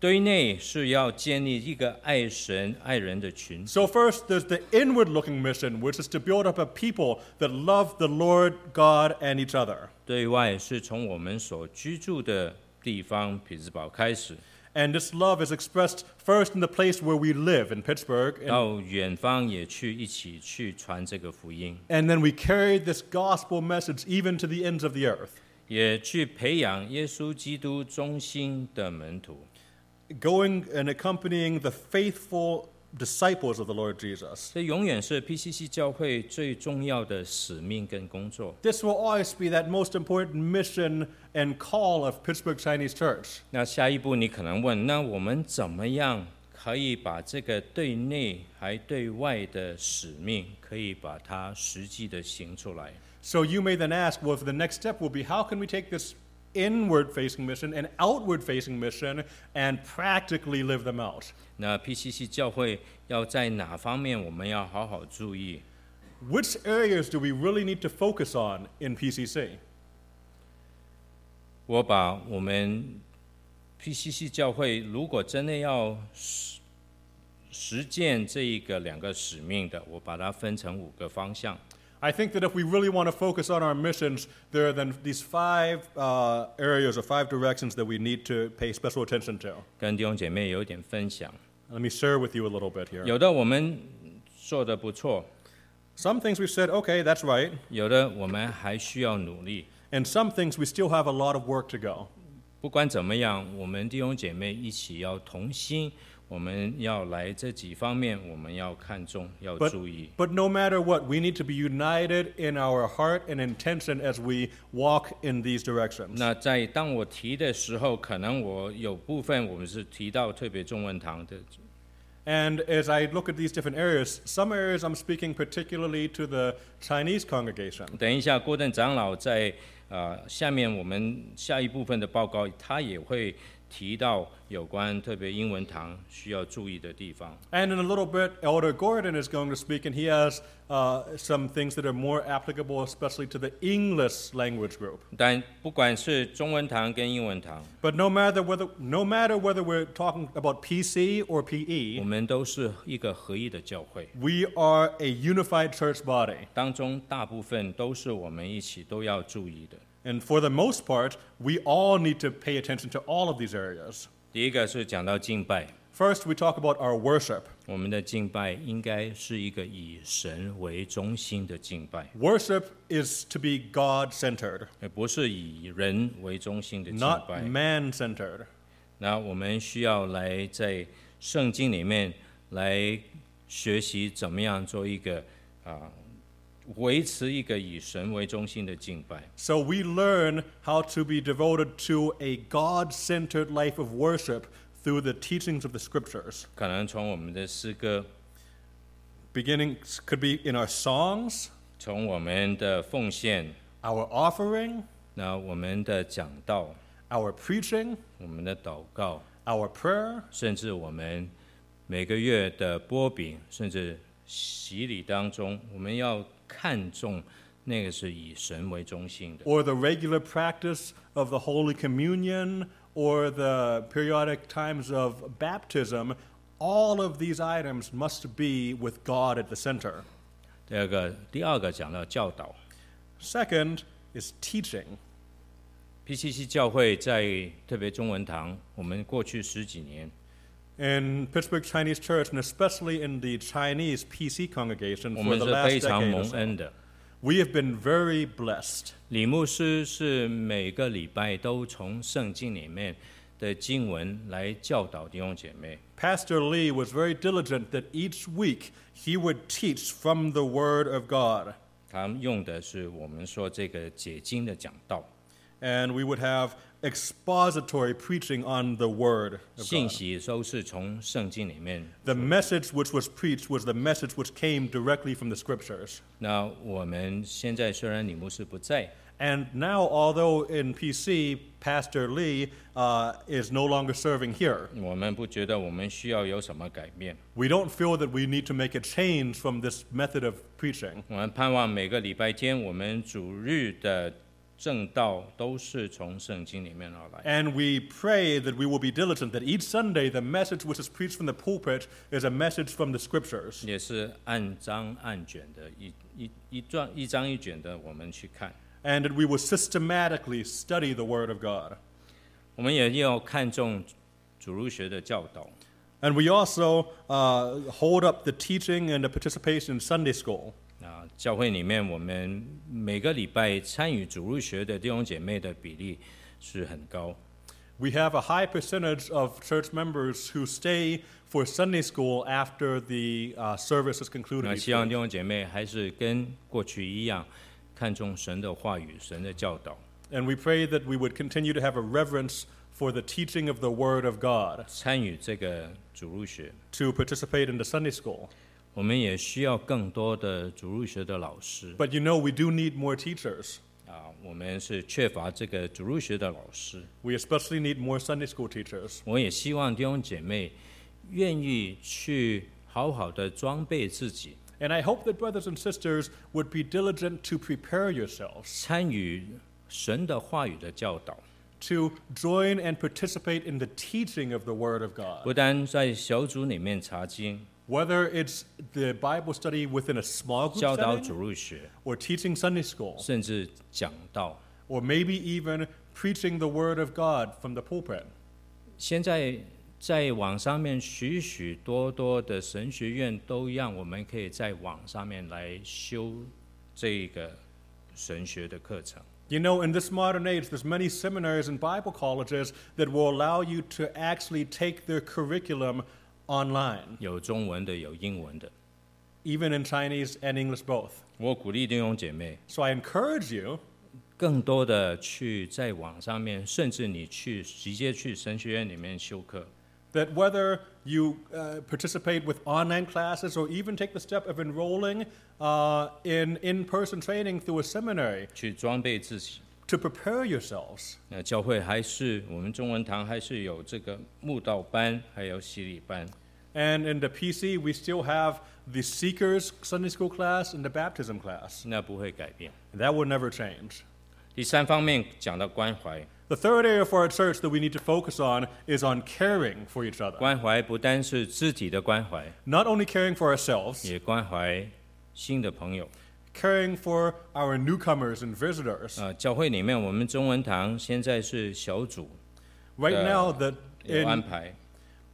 对内是要建立一个爱神爱人的群体，
So, first, there's the inward looking mission, which is to build up a people that love the Lord God and each other.
对外是从我们所居住的地方匹兹堡开始，
And this love is expressed first in the place where we live in Pittsburgh, and,
到远方也去一起去传这个福音，
and then we carry this gospel message even to the ends of the earth,
也去培养耶稣基督中心的门徒。
going and accompanying the faithful disciples of the Lord Jesus.
这永远是 PCC 教会最重要的使命跟工作。
This will always be that most important mission and call of Pittsburgh Chinese Church.
那下一步你可能问，那我们怎么样可以把这个对内还对外的使命，可以把它实际的行出来？
So you may then ask, well, if the next step will be how can we take this inward facing mission and outward facing mission and practically live them out?
那 PCC 教会要在哪方面我们要好好注意？
Which areas do we really need to focus on in PCC?
我把我们 PCC 教会如果真的要实实践这一个两个使命的，我把它分成五个方向。
I think that if we really want to focus on our missions, there are then these five uh, areas or five directions that we need to pay special attention to.
跟弟兄姐妹有一点分享，
Let me share with you a little bit here.
有的我们做的不错，
Some things we've said, okay, that's right,
有的我们还需要努力。
and some things we still have a lot of work to go.
不管怎么样，我们弟兄姐妹一起要同心，我们要来这几方面，我们要看重，要
But,
注意。
but no matter what, we need to be united in our heart and intention as we walk in these directions.
那在当我提的时候，可能我有部分我们是提到特别中文堂的，
And as I look at these different areas, some areas I'm speaking particularly to the Chinese congregation.
等一下郭正长老在呃下面我们下一部分的报告，他也会提到有关特别英文堂需要注意的地方。
And in a little bit, Elder Gordon is going to speak, and he has uh, some things that are more applicable, especially to the English language group.
但不管是中文堂跟英文堂，
But no matter whether, no matter whether we're talking about PC or
我
PE,
们都是一个合一的教会，
we are a unified church body.
当中大部分都是我们一起都要注意的。
And for the most part, we all need to pay attention to all of these areas.
第一个是讲到敬拜，
First, we talk about our worship.
我们的敬拜应该是一个以神为中心的敬拜，
Worship is to be God centered,
而不是以人为中心的敬
not
拜。
man centered.
那我们需要来在圣经里面来学习怎么样做一个啊、维持一个以神为中心的敬拜。
So we learn how to be devoted to a God centered life of worship through the teachings of the scriptures.
可能从我们的诗歌，
Beginning could be in our songs,
从我们的奉献，
our offering,
那我们的讲道，
our preaching,
我们的祷告，
our prayer,
甚至我们每个月的波饼，甚至洗礼当中，我们要看重那个是以神为中心的。
or the regular practice of the Holy Communion, or the periodic times of baptism. All of these items must be with God at the center.
第二个，第二个讲到教导。
Second is teaching.
PCC 教会在特别中文堂，我们过去十几年，
in Pittsburgh Chinese Church, and especially in the Chinese PC congregation
我
for
们
the
是
last
非常
decade, or
蒙
so,
恩的。
we have been very blessed.
李牧师是每个礼拜都从圣经里面的经文来教导弟兄姐妹。
Pastor Lee was very diligent that each week he would teach from the Word of God,
他用的是我们说这个解经的讲道，
and we would have expository preaching on the Word of
信
God.
息都是从圣经里面。
The message which was preached was the message which came directly from the Scriptures.
那我们现在虽然李牧师不在，
And now, although in PC, Pastor Lee uh, is no longer serving here.
我们不觉得我们需要有什么改变。
We don't feel that we need to make a change from this method of preaching.
我们盼望每个礼拜天，我们主日的正道都是从圣经里面而来。
And we pray that we will be diligent, that each Sunday the message which is preached from the pulpit is a message from the scriptures.
也是按章按卷的，一一一段一章一卷的，我们去看。
And that we will systematically study the Word of God.
我们也要看重主日学的教导。
And we also uh, hold up the teaching and the participation in Sunday school.
啊，教会里面我们每个礼拜参与主日学的弟兄姐妹的比例是很高。
We have a high percentage of church members who stay for Sunday school after the uh, service is concluded.
那
each
希望
week.
弟兄姐妹还是跟过去一样，看重神的话语、神的教导。
And we pray that we would continue to have a reverence for the teaching of the Word of God,
参与这个主日学。
to participate in the Sunday school.
啊我们也需要更多的主日学的老师
But you know, we do need more teachers.
啊，我们是缺乏这个主日学的老师。啊
We especially need more Sunday school teachers.
我也希望弟兄姐妹愿意去好好的装备自己，
And I hope that brothers and sisters would be diligent to prepare yourselves,
参与神的话语的教导。
to join and participate in the teaching of the Word of God.
不单在小组里面查经、
Whether it's the Bible study within a small group
教导
setting,
主日学，
or teaching Sunday school,
甚至讲道。
or maybe even preaching the Word of God from the pulpit.
现在在网上面许许多多的神学院都让我们可以在网上面来修这个神学的课程。
You know, in this modern age, there's many seminaries and Bible colleges that will allow you to actually take their curriculum online,
有中文的，有英文的。
even in Chinese and English both.
我鼓励弟兄姐妹，
So I encourage you,
更多的去在网上面，甚至你去直接去神学院里面修课。
that whether you uh, participate with online classes or even take the step of enrolling uh, in in person training through a seminary,
去装备自己，
to prepare yourselves.
那教会还是我们中文堂还是有这个慕道班，还有洗礼班。
And in the PC, we still have the Seekers Sunday School class and the Baptism class.
那不会改变。
That will never change.
第三方面讲到关怀，
The third area for our church that we need to focus on is on caring for each other.
关怀不单是肢体的关怀，
Not only caring for ourselves,
也关怀新的朋友。
caring for our newcomers and visitors.
啊，教会里面我们中文堂现在是小组
Right
uh,
now, the
有安
in,
排，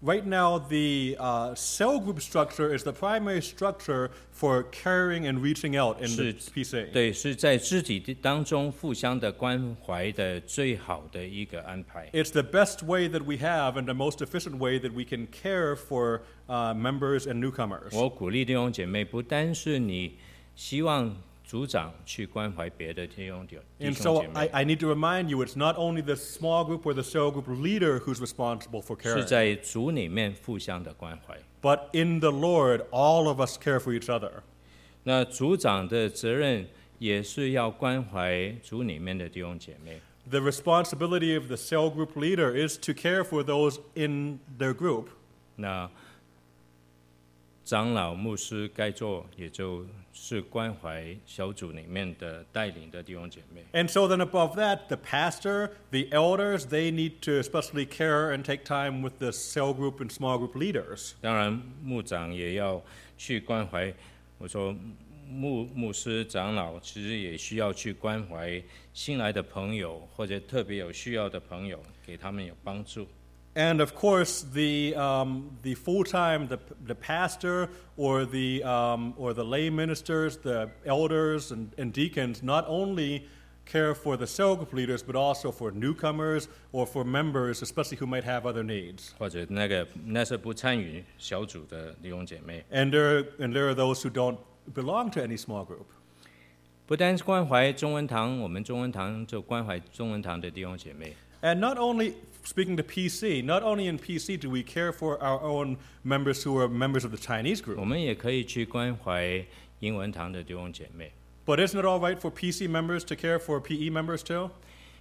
right now the uh, cell group structure is the primary structure for caring and reaching out in the
是
PC.
对，是在肢体的当中互相的关怀的最好的一个安排。
It's the best way that we have and the most efficient way that we can care for uh, members and newcomers.
我鼓励弟兄姐妹，不单是你希望组长去关怀别的弟兄姐弟
and
兄
so
姐妹
I,，I need to remind you, it's not only the small group or the cell group leader who's responsible for
是
caring,
在组里面互相的关怀。
but in the Lord, all of us care for each other.
那组长的责任也是要关怀组里面的弟兄姐妹。
The responsibility of the cell group leader is to care for those in their group.
那长老、牧师该做，也就是关怀小组里面的带领的弟兄姐妹。
And so then above that, the pastor, the elders, they need to especially care and take time with the cell group and small group leaders.
当然，牧长也要去关怀。我说，牧牧师、长老其实也需要去关怀新来的朋友，或者特别有需要的朋友，给他们有帮助。
And of course, the, um, the full time, the, the pastor or the, um, or the lay ministers, the elders and, and deacons, not only care for the cell group leaders, but also for newcomers or for members, especially who might have other needs.
或者那个那是不参与小组的弟兄姐妹，
And there, and there are those who don't belong to any small group.
不单是关怀中文堂，我们中文堂就关怀中文堂的弟兄姐妹，
And not only, speaking to PC, not only in PC do we care for our own members who are members of the Chinese group.
我们也可以去关怀英文堂的弟兄姐妹。
But isn't it all right for PC members to care for PE members too?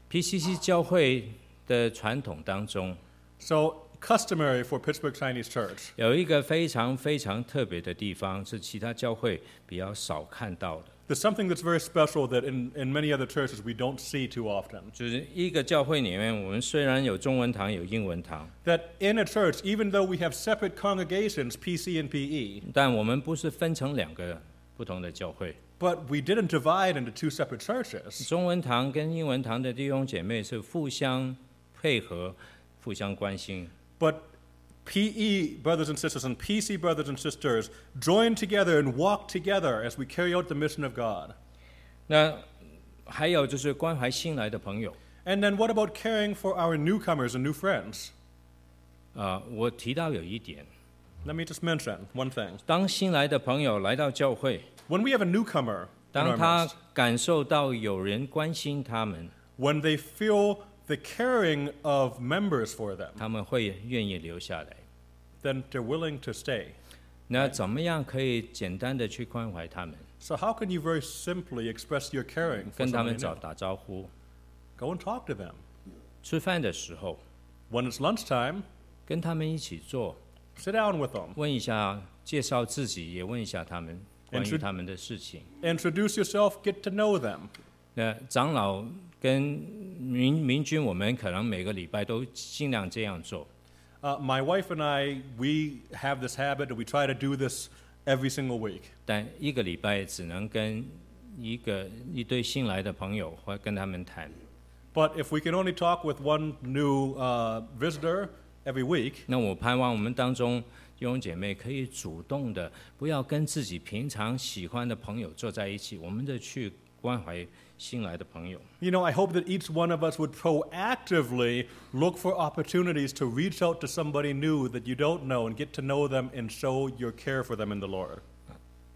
PCC 教会的传统当中，
So customary for Pittsburgh Chinese Church.
有一个非常非常特别的地方，是其他教会比较少看到的，
There's something that's very special that in, in many other churches we don't see too often.
就是一个教会里面，我们虽然有中文堂有英文堂，
That in a church, even though we have separate congregations, PC and E, PE,
但我们不是分成两个不同的教会。
but we didn't divide into two separate churches.
中文堂跟英文堂的弟兄姐妹是互相配合、互相关心。
But PE brothers and sisters and PC brothers and sisters join together and walk together as we carry out the mission of God.
那还有就是关怀新来的朋友
And then what about caring for our newcomers and new friends?
啊、我提到有一点，
Let me just mention one thing.
当新来的朋友来到教会，
When we have a newcomer, in our
当他
midst,
感受到有人关心他
嗯
们，
when they feel the caring of members for them,
他们会愿意留下来。
then they're willing to stay.
那怎么样可以简单的去关怀他们，
So how can you very simply express your caring for
跟他
somebody
们
new?
早打招呼？
Go and talk to them.
吃饭的时候，
When it's lunchtime,
跟他们一起坐，
sit down with them.
问一下，介绍自己，也问一下他们关于
Intro-
他们的事情。
Introduce yourself, get to know them.
那长老跟民民军，我们可能每个礼拜都尽量这样做。
Uh, my wife and I, we have this habit, and we try to do this every single week.
但一个礼拜只能跟一个一堆新来的朋友或跟他们谈。
But if we can only talk with one new uh, visitor every week,
那我盼望我们当中弟兄姐妹可以主动的，不要跟自己平常喜欢的朋友坐在一起，我们的去关怀新来的朋友。
You know, I hope that each one of us would proactively look for opportunities to reach out to somebody new that you don't know and get to know them and show your care for them in the Lord.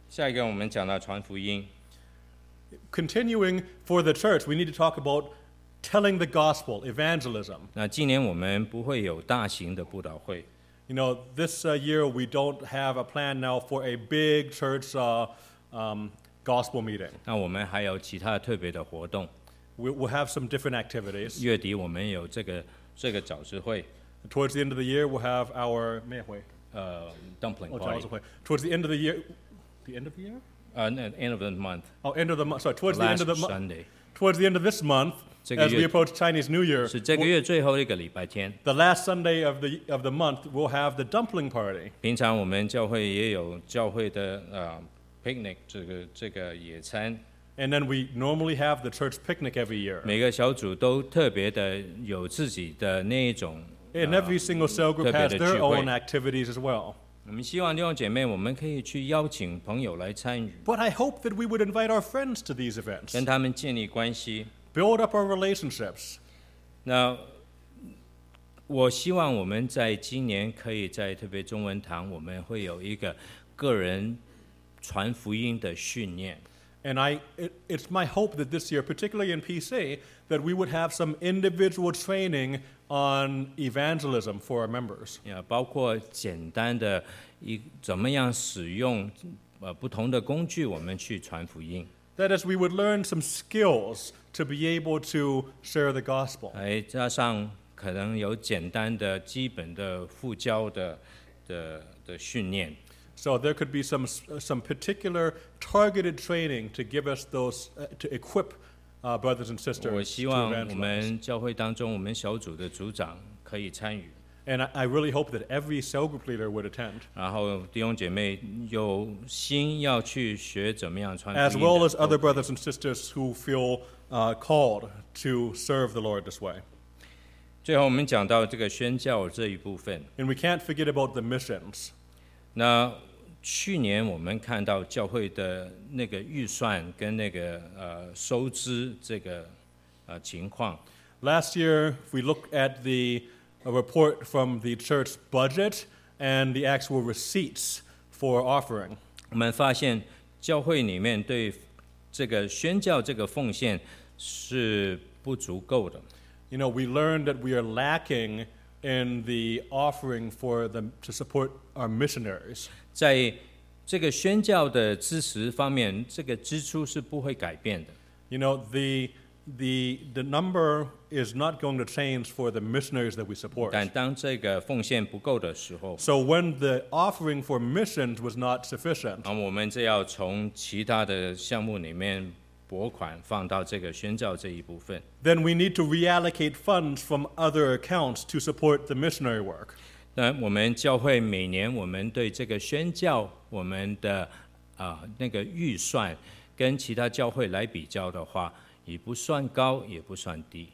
下一个我们讲到传福音，
Continuing for the church, we need to talk about telling the gospel, evangelism.
那今年我们不会有大型的布道会，
You know, this uh, year we don't have a plan now for a big church uh, um, gospel meeting.
那我们还有其他特别的活动。
We'll, we'll have some different activities.
月底我们有这个这个早市会，
Towards the end of the year, we'll have our 咩会?
呃，dumpling
Oh,
party，
会. Towards the end of the year, the end of the year?
呃那，end of the month，last
Oh, end of the month. Sorry, towards the end of the month.
Sunday，
Towards the end of this month, as
这个月-
we approach Chinese New Year,
是这个
we'll-
月最后一个礼拜天。
the last Sunday of the of the month, we'll have the dumpling party.
平常我们教会也有教会的呃 picnic 这个这个野餐，
And then we normally have the church picnic every year.
每个小组都特别的有自己的那一种。
And every single cell group
特
has their
别的聚会。
own activities as well.
我们希望弟兄姐妹，我们可以去邀请朋友来参与，
But I hope that we would invite our friends to these events,
跟他们建立关系。
build up our relationships.
那我希望我们在今年可以在特别中文堂，我们会有一个个人传福音的训练。
And I, it, it's my hope that this year, particularly in PC, that we would have some individual training on evangelism for our members.
呃，包括简单的一怎么样使用呃不同的工具，我们去传福音，
That is, we would learn some skills to be able to share the gospel.
还哎加上可能有简单的基本的附教的的的训练。
So there could be some some particular targeted training to give us those uh, to equip uh, brothers and sisters
我
to
希望我
evangelize.
们教会当中，我们小组的组长可以参与，
And I, I really hope that every cell group leader would attend,
然后弟兄姐妹有心要去学怎么样传福
as
音
well
的
as other brothers and sisters who feel uh, called to serve the Lord this way.
最后我们讲到这个宣教这一部分，
And we can't forget about the missions.
那去年我们看到教会的那个预算跟那个呃收支这个呃情况，
Last year, if we look at the uh report from the church budget and the actual receipts for offering.
我们发现教会里面对这个宣教这个奉献是不足够的。
You know, we learned that we are lacking in the offering for them to support our missionaries.
在这个宣教的支持方面，这个支出是不会改变的。
You know, the the the number is not going to change for the missionaries that we support.
但当这个奉献不够的时候，
So when the offering for missions was not sufficient,
那我们就要从其他的项目里面拨款放到这个宣教这一部分。
then we need to reallocate funds from other accounts to support the missionary work.
那我们教会每年我们对这个宣教我们的啊、那个预算跟其他教会来比较的话，也不算高，也不算低。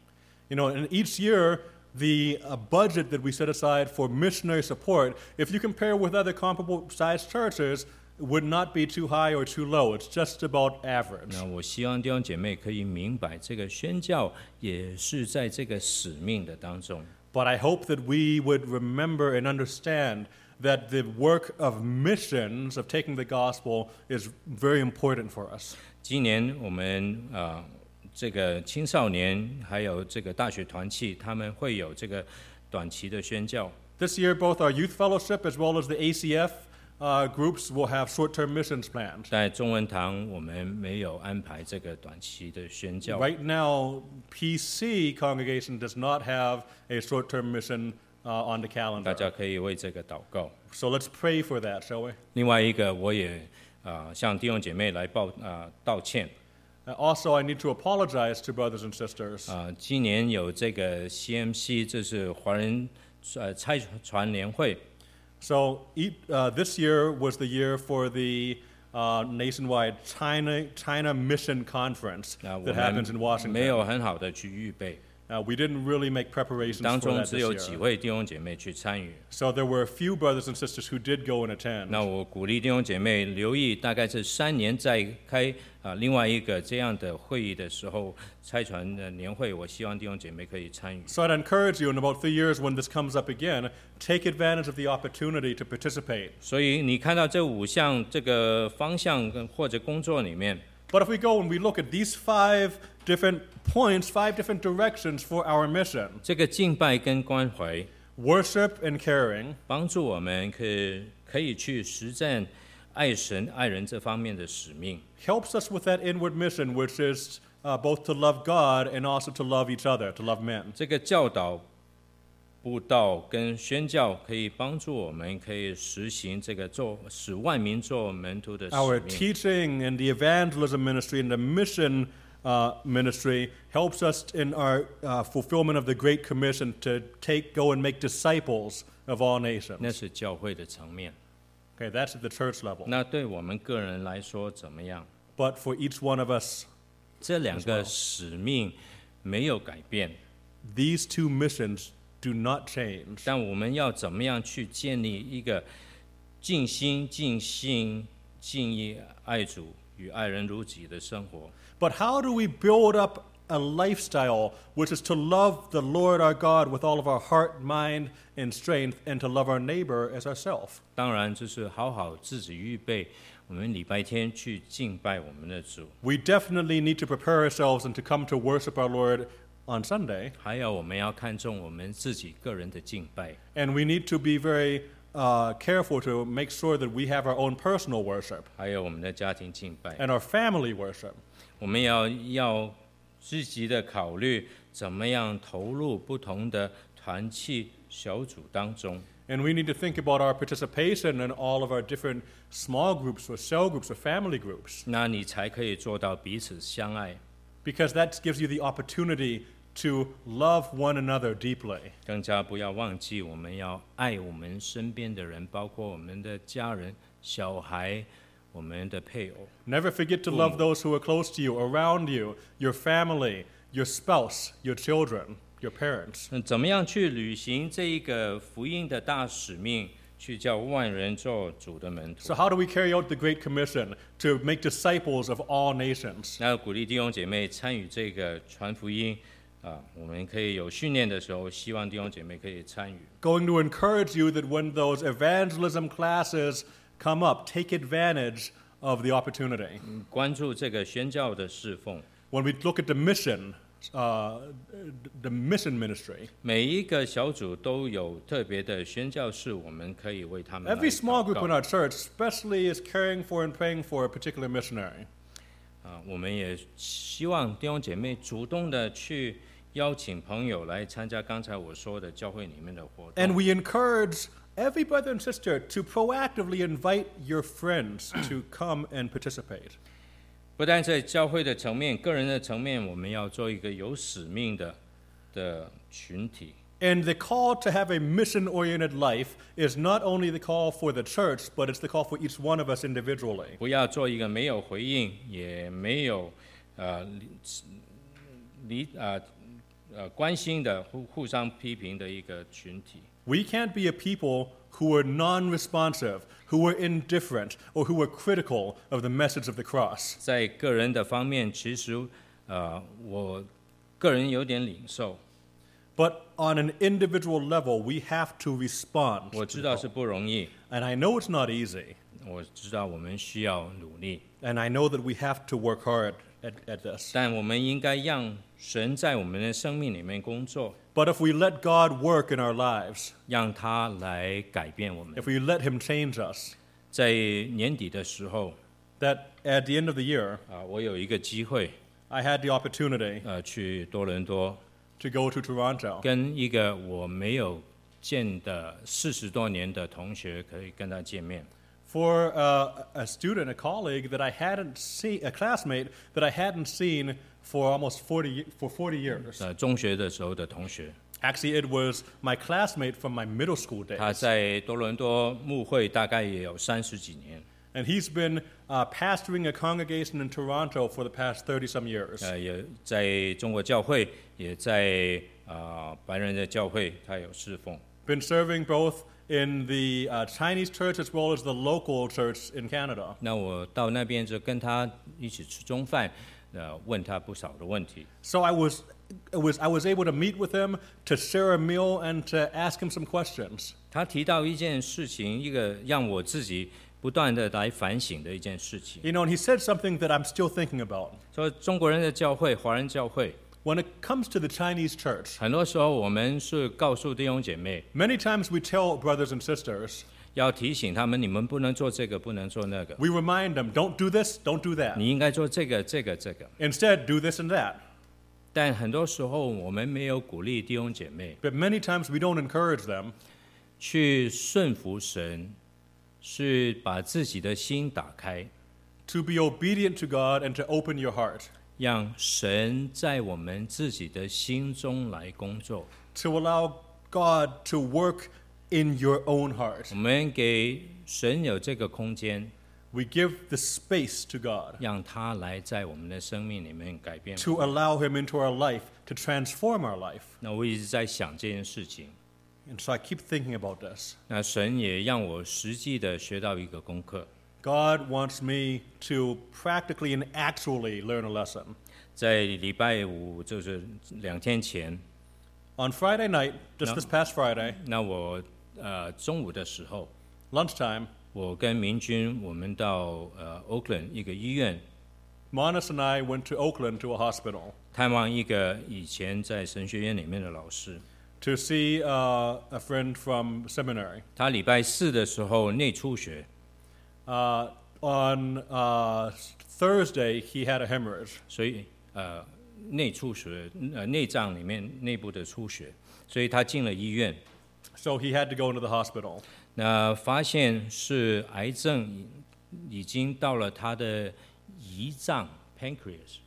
You know, and each year, the uh, budget that we set aside for missionary support, if you compare with other comparable sized churches, would not be too high or too low. It's just about average.
那我希望弟兄姐妹可以明白，这个宣教也是在这个使命的当中。
But I hope that we would remember and understand that the work of missions, of taking the gospel, is very important for us.
今年我们呃这个青少年还有这个大学团契，他们会有这个短期的宣教。
This year, both our youth fellowship as well as the ACF uh, groups will have short term missions planned.
在中文堂，我们没有安排这个短期的宣教。
Right now, PC congregation does not have a short-term mission uh, on the
大
calendar.
家可以为这个祷告。
So let's pray for that, shall we?
另外一个，我也呃向弟兄姐妹来报呃道歉。
Uh, Also, I need to apologize to brothers and sisters.
呃，今年有这个 CMC，这是华人呃拆船联会，
So e- uh, this year was the year for the uh, nationwide China China Mission Conference
那、啊我
that happens in
们没
Washington.
有很好的去预备，
Uh, we didn't really make preparations
当
for
中
that
只有
this
几
year.
位弟兄姐妹去参与。
So there were a few brothers and sisters who did go and attend.
那我鼓励弟兄姐妹留意，大概是三年再开啊、呃另外一个这样的会议的时候，拆船的年会，我希望弟兄姐妹可以参与。
So I'd encourage you in about three years when this comes up again, take advantage of the opportunity to participate.
所以你看到这五项这个方向跟或者工作里面，
But if we go and we look at these five different points, five different directions for our mission
这个敬拜跟关怀，
worship and caring,
帮助我们可以可以去实践爱神爱人这方面的使命。
helps us with that inward mission, which is uh, both to love God and also to love each other, to love men.
这个教导、布道跟宣教可以帮助我们，可以实行这个做使万民做门徒的
Our
使命。
teaching and the evangelism ministry and the mission uh, ministry helps us in our uh, fulfillment of the Great Commission to take, go, and make disciples of all
那
nations.
是教会的层面。
Okay, that's at the church level.
那对我们个人来说怎么样？
But for each one of us,
这两个使命没有改变，
these two missions do not change.
但我们要怎么样去建立一个尽心、尽心、尽意爱主与爱人如己的生活？
But how do we build up a lifestyle which is to love the Lord our God with all of our heart, mind, and strength, and to love our neighbor as ourselves?
当然，就是好好自己预备，我们礼拜天去敬拜我们的主，
We definitely need to prepare ourselves and to come to worship our Lord on Sunday,
还有我们要看重我们自己个人的敬拜。
and we need to be very uh, careful to make sure that we have our own personal worship
还有我们的家庭敬拜，
and our family worship.
我们要要积极的考虑怎么样投入不同的团契小组当中。
And we need to think about our participation in all of our different small groups or cell groups or family groups.
那你才可以做到彼此相爱，
because that gives you the opportunity to love one another deeply.
更加不要忘记我们要爱我们身边的人，包括我们的家人、小孩、我们的配偶。
Never forget to love those who are close to you, around you, your family, your spouse, your children, your parents.
那怎么样去履行这一个福音的大使命，去叫万人做主的门徒
So,？how do we carry out the Great Commission to make disciples of all nations?
那鼓励弟兄姐妹参与这个传福音啊，我们可以有训练的时候，希望弟兄姐妹可以参与。
Going to encourage you that when those evangelism classes come up, take advantage of the opportunity.
关注这个宣教的侍奉。
When we look at the mission, uh, the mission ministry,
每一个小组都有特别的宣教士，我们可以为他们来
Every small
祷
group
告
in our church, especially, is caring for and praying for a particular missionary.
啊，我们也希望弟兄姐妹主动的去邀请朋友来参加刚才我说的教会里面的活
And
动。
we encourage every brother and sister to proactively invite your friends to come and participate.
不但在教会的层面、个人的层面，我们要做一个有使命的的群体。
And the call to have a mission oriented life is not only the call for the church, but it's the call for each one of us individually.
不要做一个没有回应，也没有呃理理呃呃关心的互互相批评的一个群体。
We can't be a people who are non responsive, who are indifferent, or who are critical of the message of the cross.
在个人的方面，其实呃我个人有点领受，
But on an individual level, we have to respond.
我
to
知
the
道
call.
是不容易，
And I know it's not easy.
我知道我们需要努力，
And I know that we have to work hard at, at this.
但我们应该让神在我们的生命里面工作，
But if we let God work in our lives,
让他来改变我们。
if we let Him change us,
在年底的时候
that at the end of the year,
啊、我有一个机会
I had the opportunity
呃去多伦多。
to go to Toronto.
跟一个我没有见的四十多年的同学，可以跟他见面。
For uh, a student, a colleague that I hadn't seen, a classmate that I hadn't seen for almost 40, y- for 40 years.
呃，中学的时候的同学，
Actually, it was my classmate from my middle school
他
days.
在多伦多牧会大概也有三十几年，
And he's been uh, pastoring a congregation in Toronto for the past 30 some years.
呃，也在中国教会，也在啊、呃白人的教会，他有侍奉。
Been serving both in the uh, Chinese church as well as the local church in Canada.
那我到那边就跟他一起吃中饭，呃，问他不少的问题。
So I was, I was, I was able to meet with him, to share a meal, and to ask him some questions.
他提到一件事情，一个让我自己不断的来反省的一件事情，
You know, and he said something that I'm still thinking about.
说中国人的教会，华人教会。
When it comes to the Chinese church,
很多时候，我们是告诉弟兄姐妹，
many times we tell brothers and sisters,
要提醒他们，你们不能做这个，不能做那个，
We remind them, don't do this, don't do that.
你应该做这个、这个、这个。
Instead, do this and that.
但很多时候，我们没有鼓励弟兄姐妹
But many times we don't encourage them
去顺服神，是把自己的心打开，
to be obedient to God and to open your heart,
让神在我们自己的心中来工作。
to allow God to work in your own heart.
我们给神有这个空间，
We give the space to God
让他来在我们的生命里面改变。
to allow Him into our life, to transform our life.
那我一直在想这件事情。
And so I keep thinking about this.
那神也让我实际的学到一个功课，
God wants me to practically and actually learn a lesson.
在礼拜五就是两天前，
On Friday night, just
No.
this past Friday,
那我呃中午的时候，
lunchtime,
我跟明君我们到呃 Oakland 一个医院
Monis and I went to Oakland to a hospital
探望一个以前在神学院里面的老师，
to see uh, a friend from seminary.
他礼拜四的时候内出血，
Uh, on uh, Thursday, he had a hemorrhage.
所以呃内出血呃内脏里面内部的出血，所以他进了医院。
So he had to go into the hospital.
那发现是癌症已已经到了他的胰脏 （pancreas）。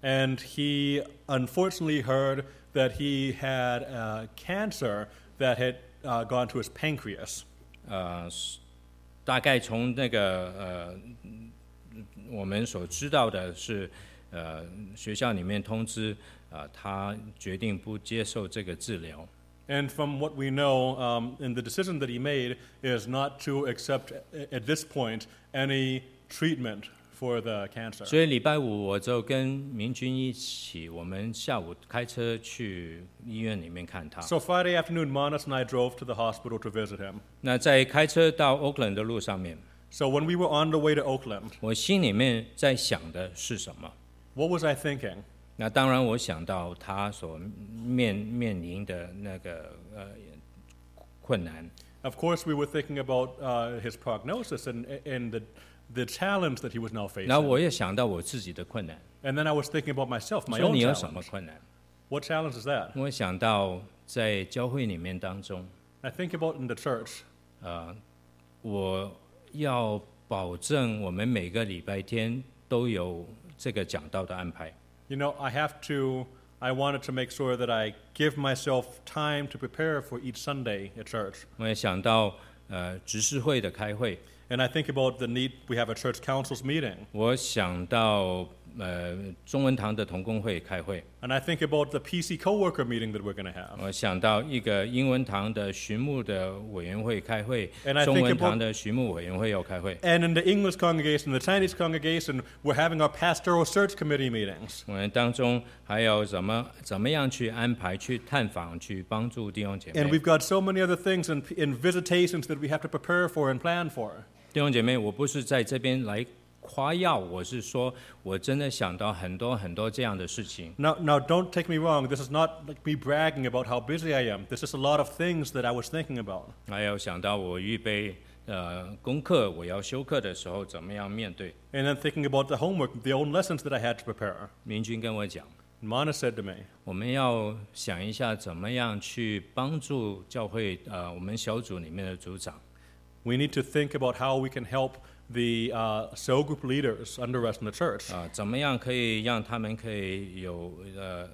And he unfortunately heard that he had uh, cancer that had uh, gone to his pancreas.
呃，是大概从那个呃，我们所知道的是，呃，学校里面通知，呃，他决定不接受这个治疗。
And from what we know, um, and the decision that he made is not to accept a- at this point any treatment for the cancer.
所以礼拜五我就跟明君一起，我们下午开车去医院里面看他。
So Friday afternoon, Manas and I drove to the hospital to visit him.
那在开车到 Oakland 的路上面，
So when we were on the way to Oakland,
我心里面在想的是什么？
what was I thinking?
那当然，我想到他所面面临的那个呃困难，
Of course, we were thinking about uh, his prognosis and, and the, the challenge that he was now facing.
然后我也想到我自己的困难。
and then I was thinking about myself, my
说
own
你有什么
challenge.
困难？
What challenge is that?
我想到在教会里面当中，呃
I think about in the church.
我要保证我们每个礼拜天都有这个讲道的安排。
You know, I have to, I wanted to make sure that I give myself time to prepare for each Sunday at church.
我也想到呃执事会的开会，
And I think about the need, we have a church council's meeting.
我想到呃中文堂的同工会开会，
And I think about the PC coworker meeting that we're going to have.
我想到一个英文堂的巡牧的委员会开会
And I，think
中文堂的巡牧委员会要开会。
And in the English congregation, the Chinese congregation, we're having our pastoral search committee meetings.
我们当中还有怎么怎么样去安排、去探访、去帮助弟兄姐
And
妹
we've？got so many other things and, and visitations that we have to prepare for and plan for.
弟兄姐妹，我不是在这边来夸耀，我是说我真的想到很多很多这样的事情。
Now, now, don't take me wrong. This is not like me bragging about how busy I am. This is a lot of things that I was thinking about.
还有想到我预备呃功课，我要修课的时候怎么样面对？
And then thinking about the homework, the own lessons that I had to prepare.
明君跟我讲，
Mana said to me,
我们要想一下怎么样去帮助教会呃我们小组里面的组长。
we need to think about how we can help the uh, cell group leaders under us in the church.
啊、怎么样可以让他们可以有呃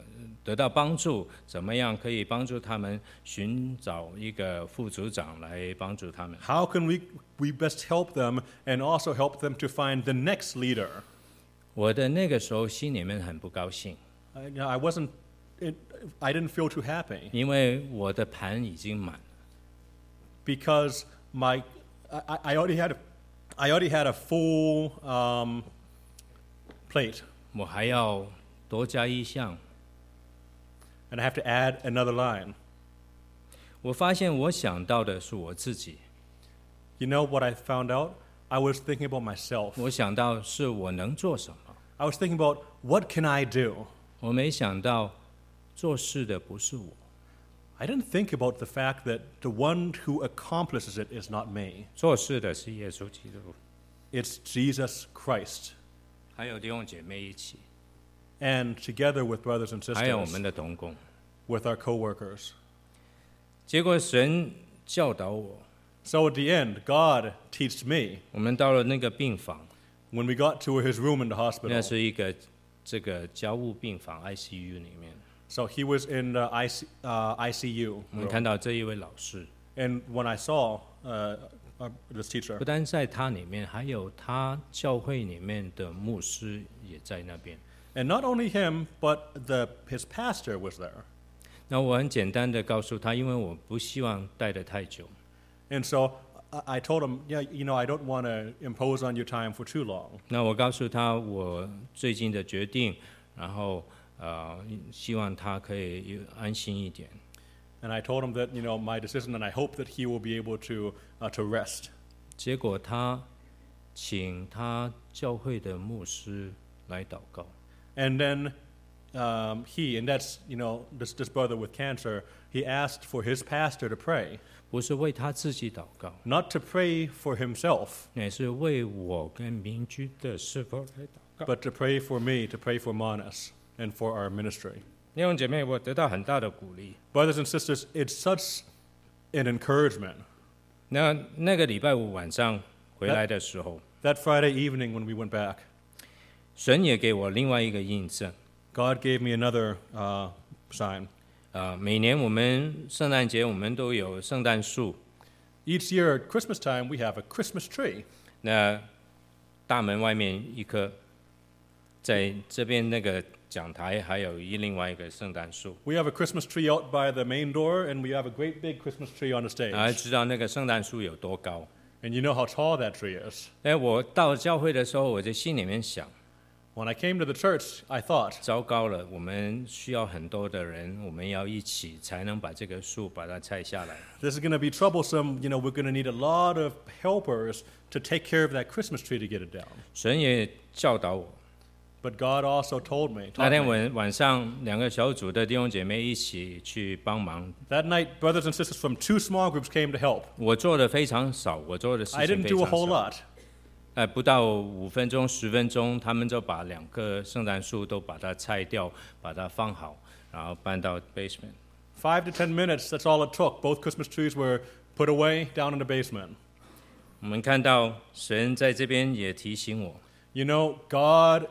得到帮助？怎么样可以帮助他们寻找一个副组长来帮助他们？
How can we, we best help them and also help them to find the next leader?
我的那个时候心里面很不高兴，
I, you know, I wasn't, it, I didn't feel too happy
因为我的盘已经满了，
because my, I, I- I already had, a, I already had a full um, plate,
我还要多加一项。
and I have to add another line.
我发现我想到的是我自己，
You know what I found out? I was thinking about myself.
我想到是我能做什么，
I was thinking about what can I do.
我没想到做事的不是我。
I didn't think about the fact that the one who accomplishes it is not me,
做事的是耶稣基督。
it's Jesus Christ.
还有弟兄姐妹一起，
And together with brothers and
还有我们
sisters,
的同工。
with our coworkers.
结果神教导我，
So at the end, God teached me
我们到了那个病房，
when we got to his room in the
那
hospital.
是一个这个交务病房 ICU 里面，
So he was in the IC, uh, ICU.
我们看到这一位老师，
And when I saw uh, uh, this teacher,
不单在他里面，还有他教会里面的牧师也在那边。
and not only him, but the, his pastor was there.
那我很简单的告诉他，因为我不希望待得太久，
And so I, I told him, yeah, you know, I don't want to impose on your time for too long.
那我告诉他我最近的决定，然后呃，希望他可以有安心一点。
And I told him that, you know, my decision, and I hope that he will be able to, uh, to rest.
结果他请他教会的牧师来祷告，
And then um, he, and that's, you know, this, this brother with cancer, he asked for his pastor to pray,
不是为他自己祷告，
not to pray for himself,
乃是为我跟邻居的是否来祷告。
but to pray for me, to pray for Manas and for our ministry.
弟兄姐妹，我得到很大的鼓励。
Brothers and sisters, it's such an encouragement.
那那个礼拜五晚上回来的时候，
That Friday evening when we went back,
神也给我另外一个印证。
God gave me another uh, sign.
啊、每年我们圣诞节我们都有圣诞树，
Each year at Christmas time, we have a Christmas tree.
那大门外面一棵，在这边那个讲台还有一另外一个圣诞树。
We have a Christmas tree out by the main door, and we have a great big Christmas tree on the stage.
然后知道那个圣诞树有多高。
And you know how tall that tree is.
哎，我到教会的时候，我就心里面想，
When I came to the church, I thought,
糟糕了，我们需要很多的人，我们要一起才能把这个树把它拆下来。
this is going to be troublesome. You know, we're going to need a lot of helpers to take care of that Christmas tree to get it down.
神也教导我。
But God also told me,
那
taught
天
me-
晚晚上，两个小组的弟兄姐妹一起去帮忙。
that night, brothers and sisters from two small groups came to help.
我做的非常少，我做的事
I
情
didn't
非
do
常
a whole
少。
lot.
哎，不到五分钟、十分钟，他们就把两棵圣诞树都把它拆掉，把它放好，然后搬到 basement。
Five to ten minutes, that's all it took. Both Christmas trees were put away down in the basement.
我们看到神在这边也提醒我，
You know, God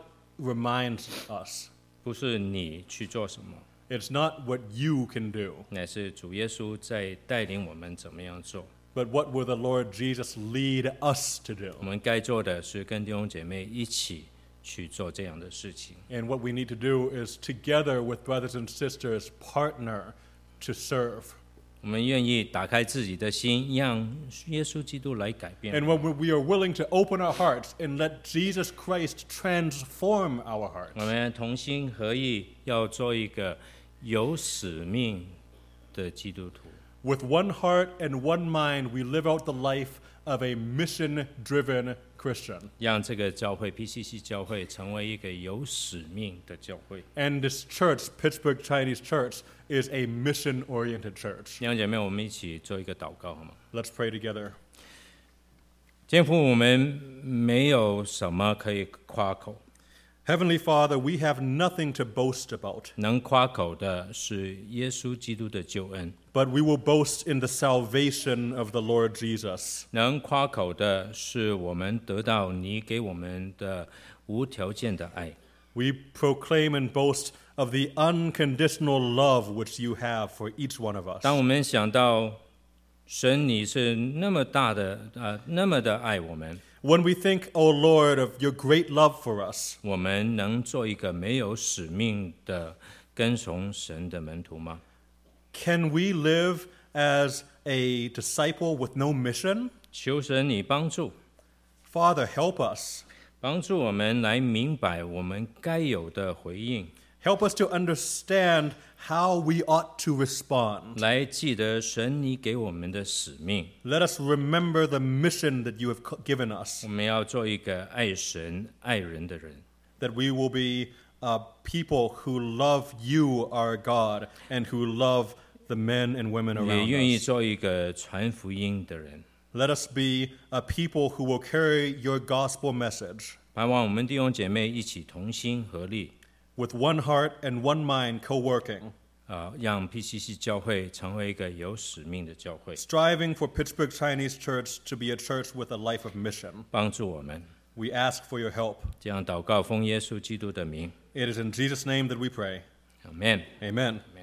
reminds us
不是你去做什么，
it's not what you can do,
乃是主耶稣在带领我们怎么样做。
but what will the Lord Jesus lead us to do.
我们该做的是跟弟兄姐妹一起去做这样的事情。
And what we need to do is, together with brothers and sisters, partner to serve.
我们愿意打开自己的心，让耶稣基督来改变。
And when we- we are willing to open our hearts and let Jesus Christ transform our
我
hearts,
们同心合意，要做一个有使命的基督徒。
with one heart and one mind, we live out the life of a mission driven Christian.
让这个教会 PCC 教会成为一个有使命的教会。
And this church, Pittsburgh Chinese Church, is a mission oriented church.
弟兄姐妹，我们一起做一个祷告好吗？
Let's pray together.
天父，我们没有什么可以夸口，
Heavenly Father, we have nothing to boast about,
能夸口的是耶稣基督的救恩，
but we will boast in the salvation of the Lord Jesus.
能夸口的是我们得到你给我们的无条件的爱。
We proclaim and boast of the unconditional love which you have for each one of us.
当我们想到神你是那么大的呃那么的爱我们，
When we think, O Lord, of your great love for us,
我们能做一个没有使命的跟从神的门徒吗？
can we live as a disciple with no mission?
求神你帮助，
Father, help us.
帮助我们来明白我们该有的回应，
Help us to understand how we ought to respond.
来记得神你给我们的使命。
Let us remember the mission that you have co- given us,
我们要做一个爱神爱人的人，
that we will be a people who love you, our God, and who love the men and women
也
around
愿意
us.
做一个传福音的人。
Let us be a people who will carry your gospel message
盼望我们弟兄姐妹一起同心合力，
with one heart and one mind co working,
啊、让 PCC 教会成为一个有使命的教会，
striving for Pittsburgh Chinese Church to be a church with a life of mission.
帮助我们。
We ask for your help.
这样祷告，奉耶稣基督的名
It is in Jesus' name that we pray.
，Amen。
Amen.